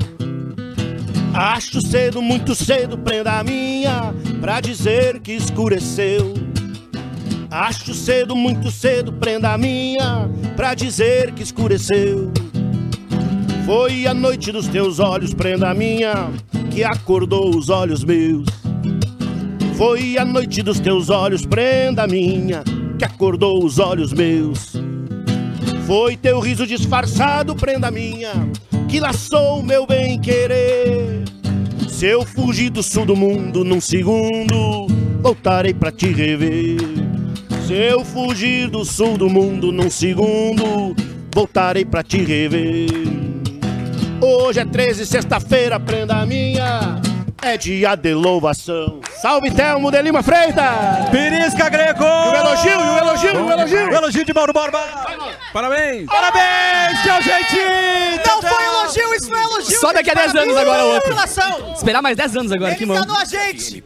Speaker 8: Acho cedo, muito cedo, prenda minha, pra dizer que escureceu. Acho cedo, muito cedo, prenda minha, pra dizer que escureceu. Foi a noite dos teus olhos, prenda minha, que acordou os olhos meus. Foi a noite dos teus olhos, prenda minha, que acordou os olhos meus. Foi teu riso disfarçado, prenda minha, que laçou o meu bem querer. Se eu fugir do sul do mundo num segundo, voltarei pra te rever. Se eu fugir do sul do mundo num segundo, voltarei pra te rever. Hoje é 13, sexta-feira, prenda minha, é dia de louvação. Salve Telmo de Lima Freitas!
Speaker 1: Pirisca Greco.
Speaker 8: E o elogio, e o elogio, e o elogio!
Speaker 1: O elogio de Mauro Borba.
Speaker 5: Parabéns!
Speaker 1: Parabéns, seu gente.
Speaker 11: Não foi elogio, isso não é elogio,
Speaker 4: Só daqui a 10 anos agora outro.
Speaker 1: Relação!
Speaker 4: Esperar mais 10 anos agora,
Speaker 1: Ele
Speaker 4: que mão.
Speaker 1: tá enganou a gente!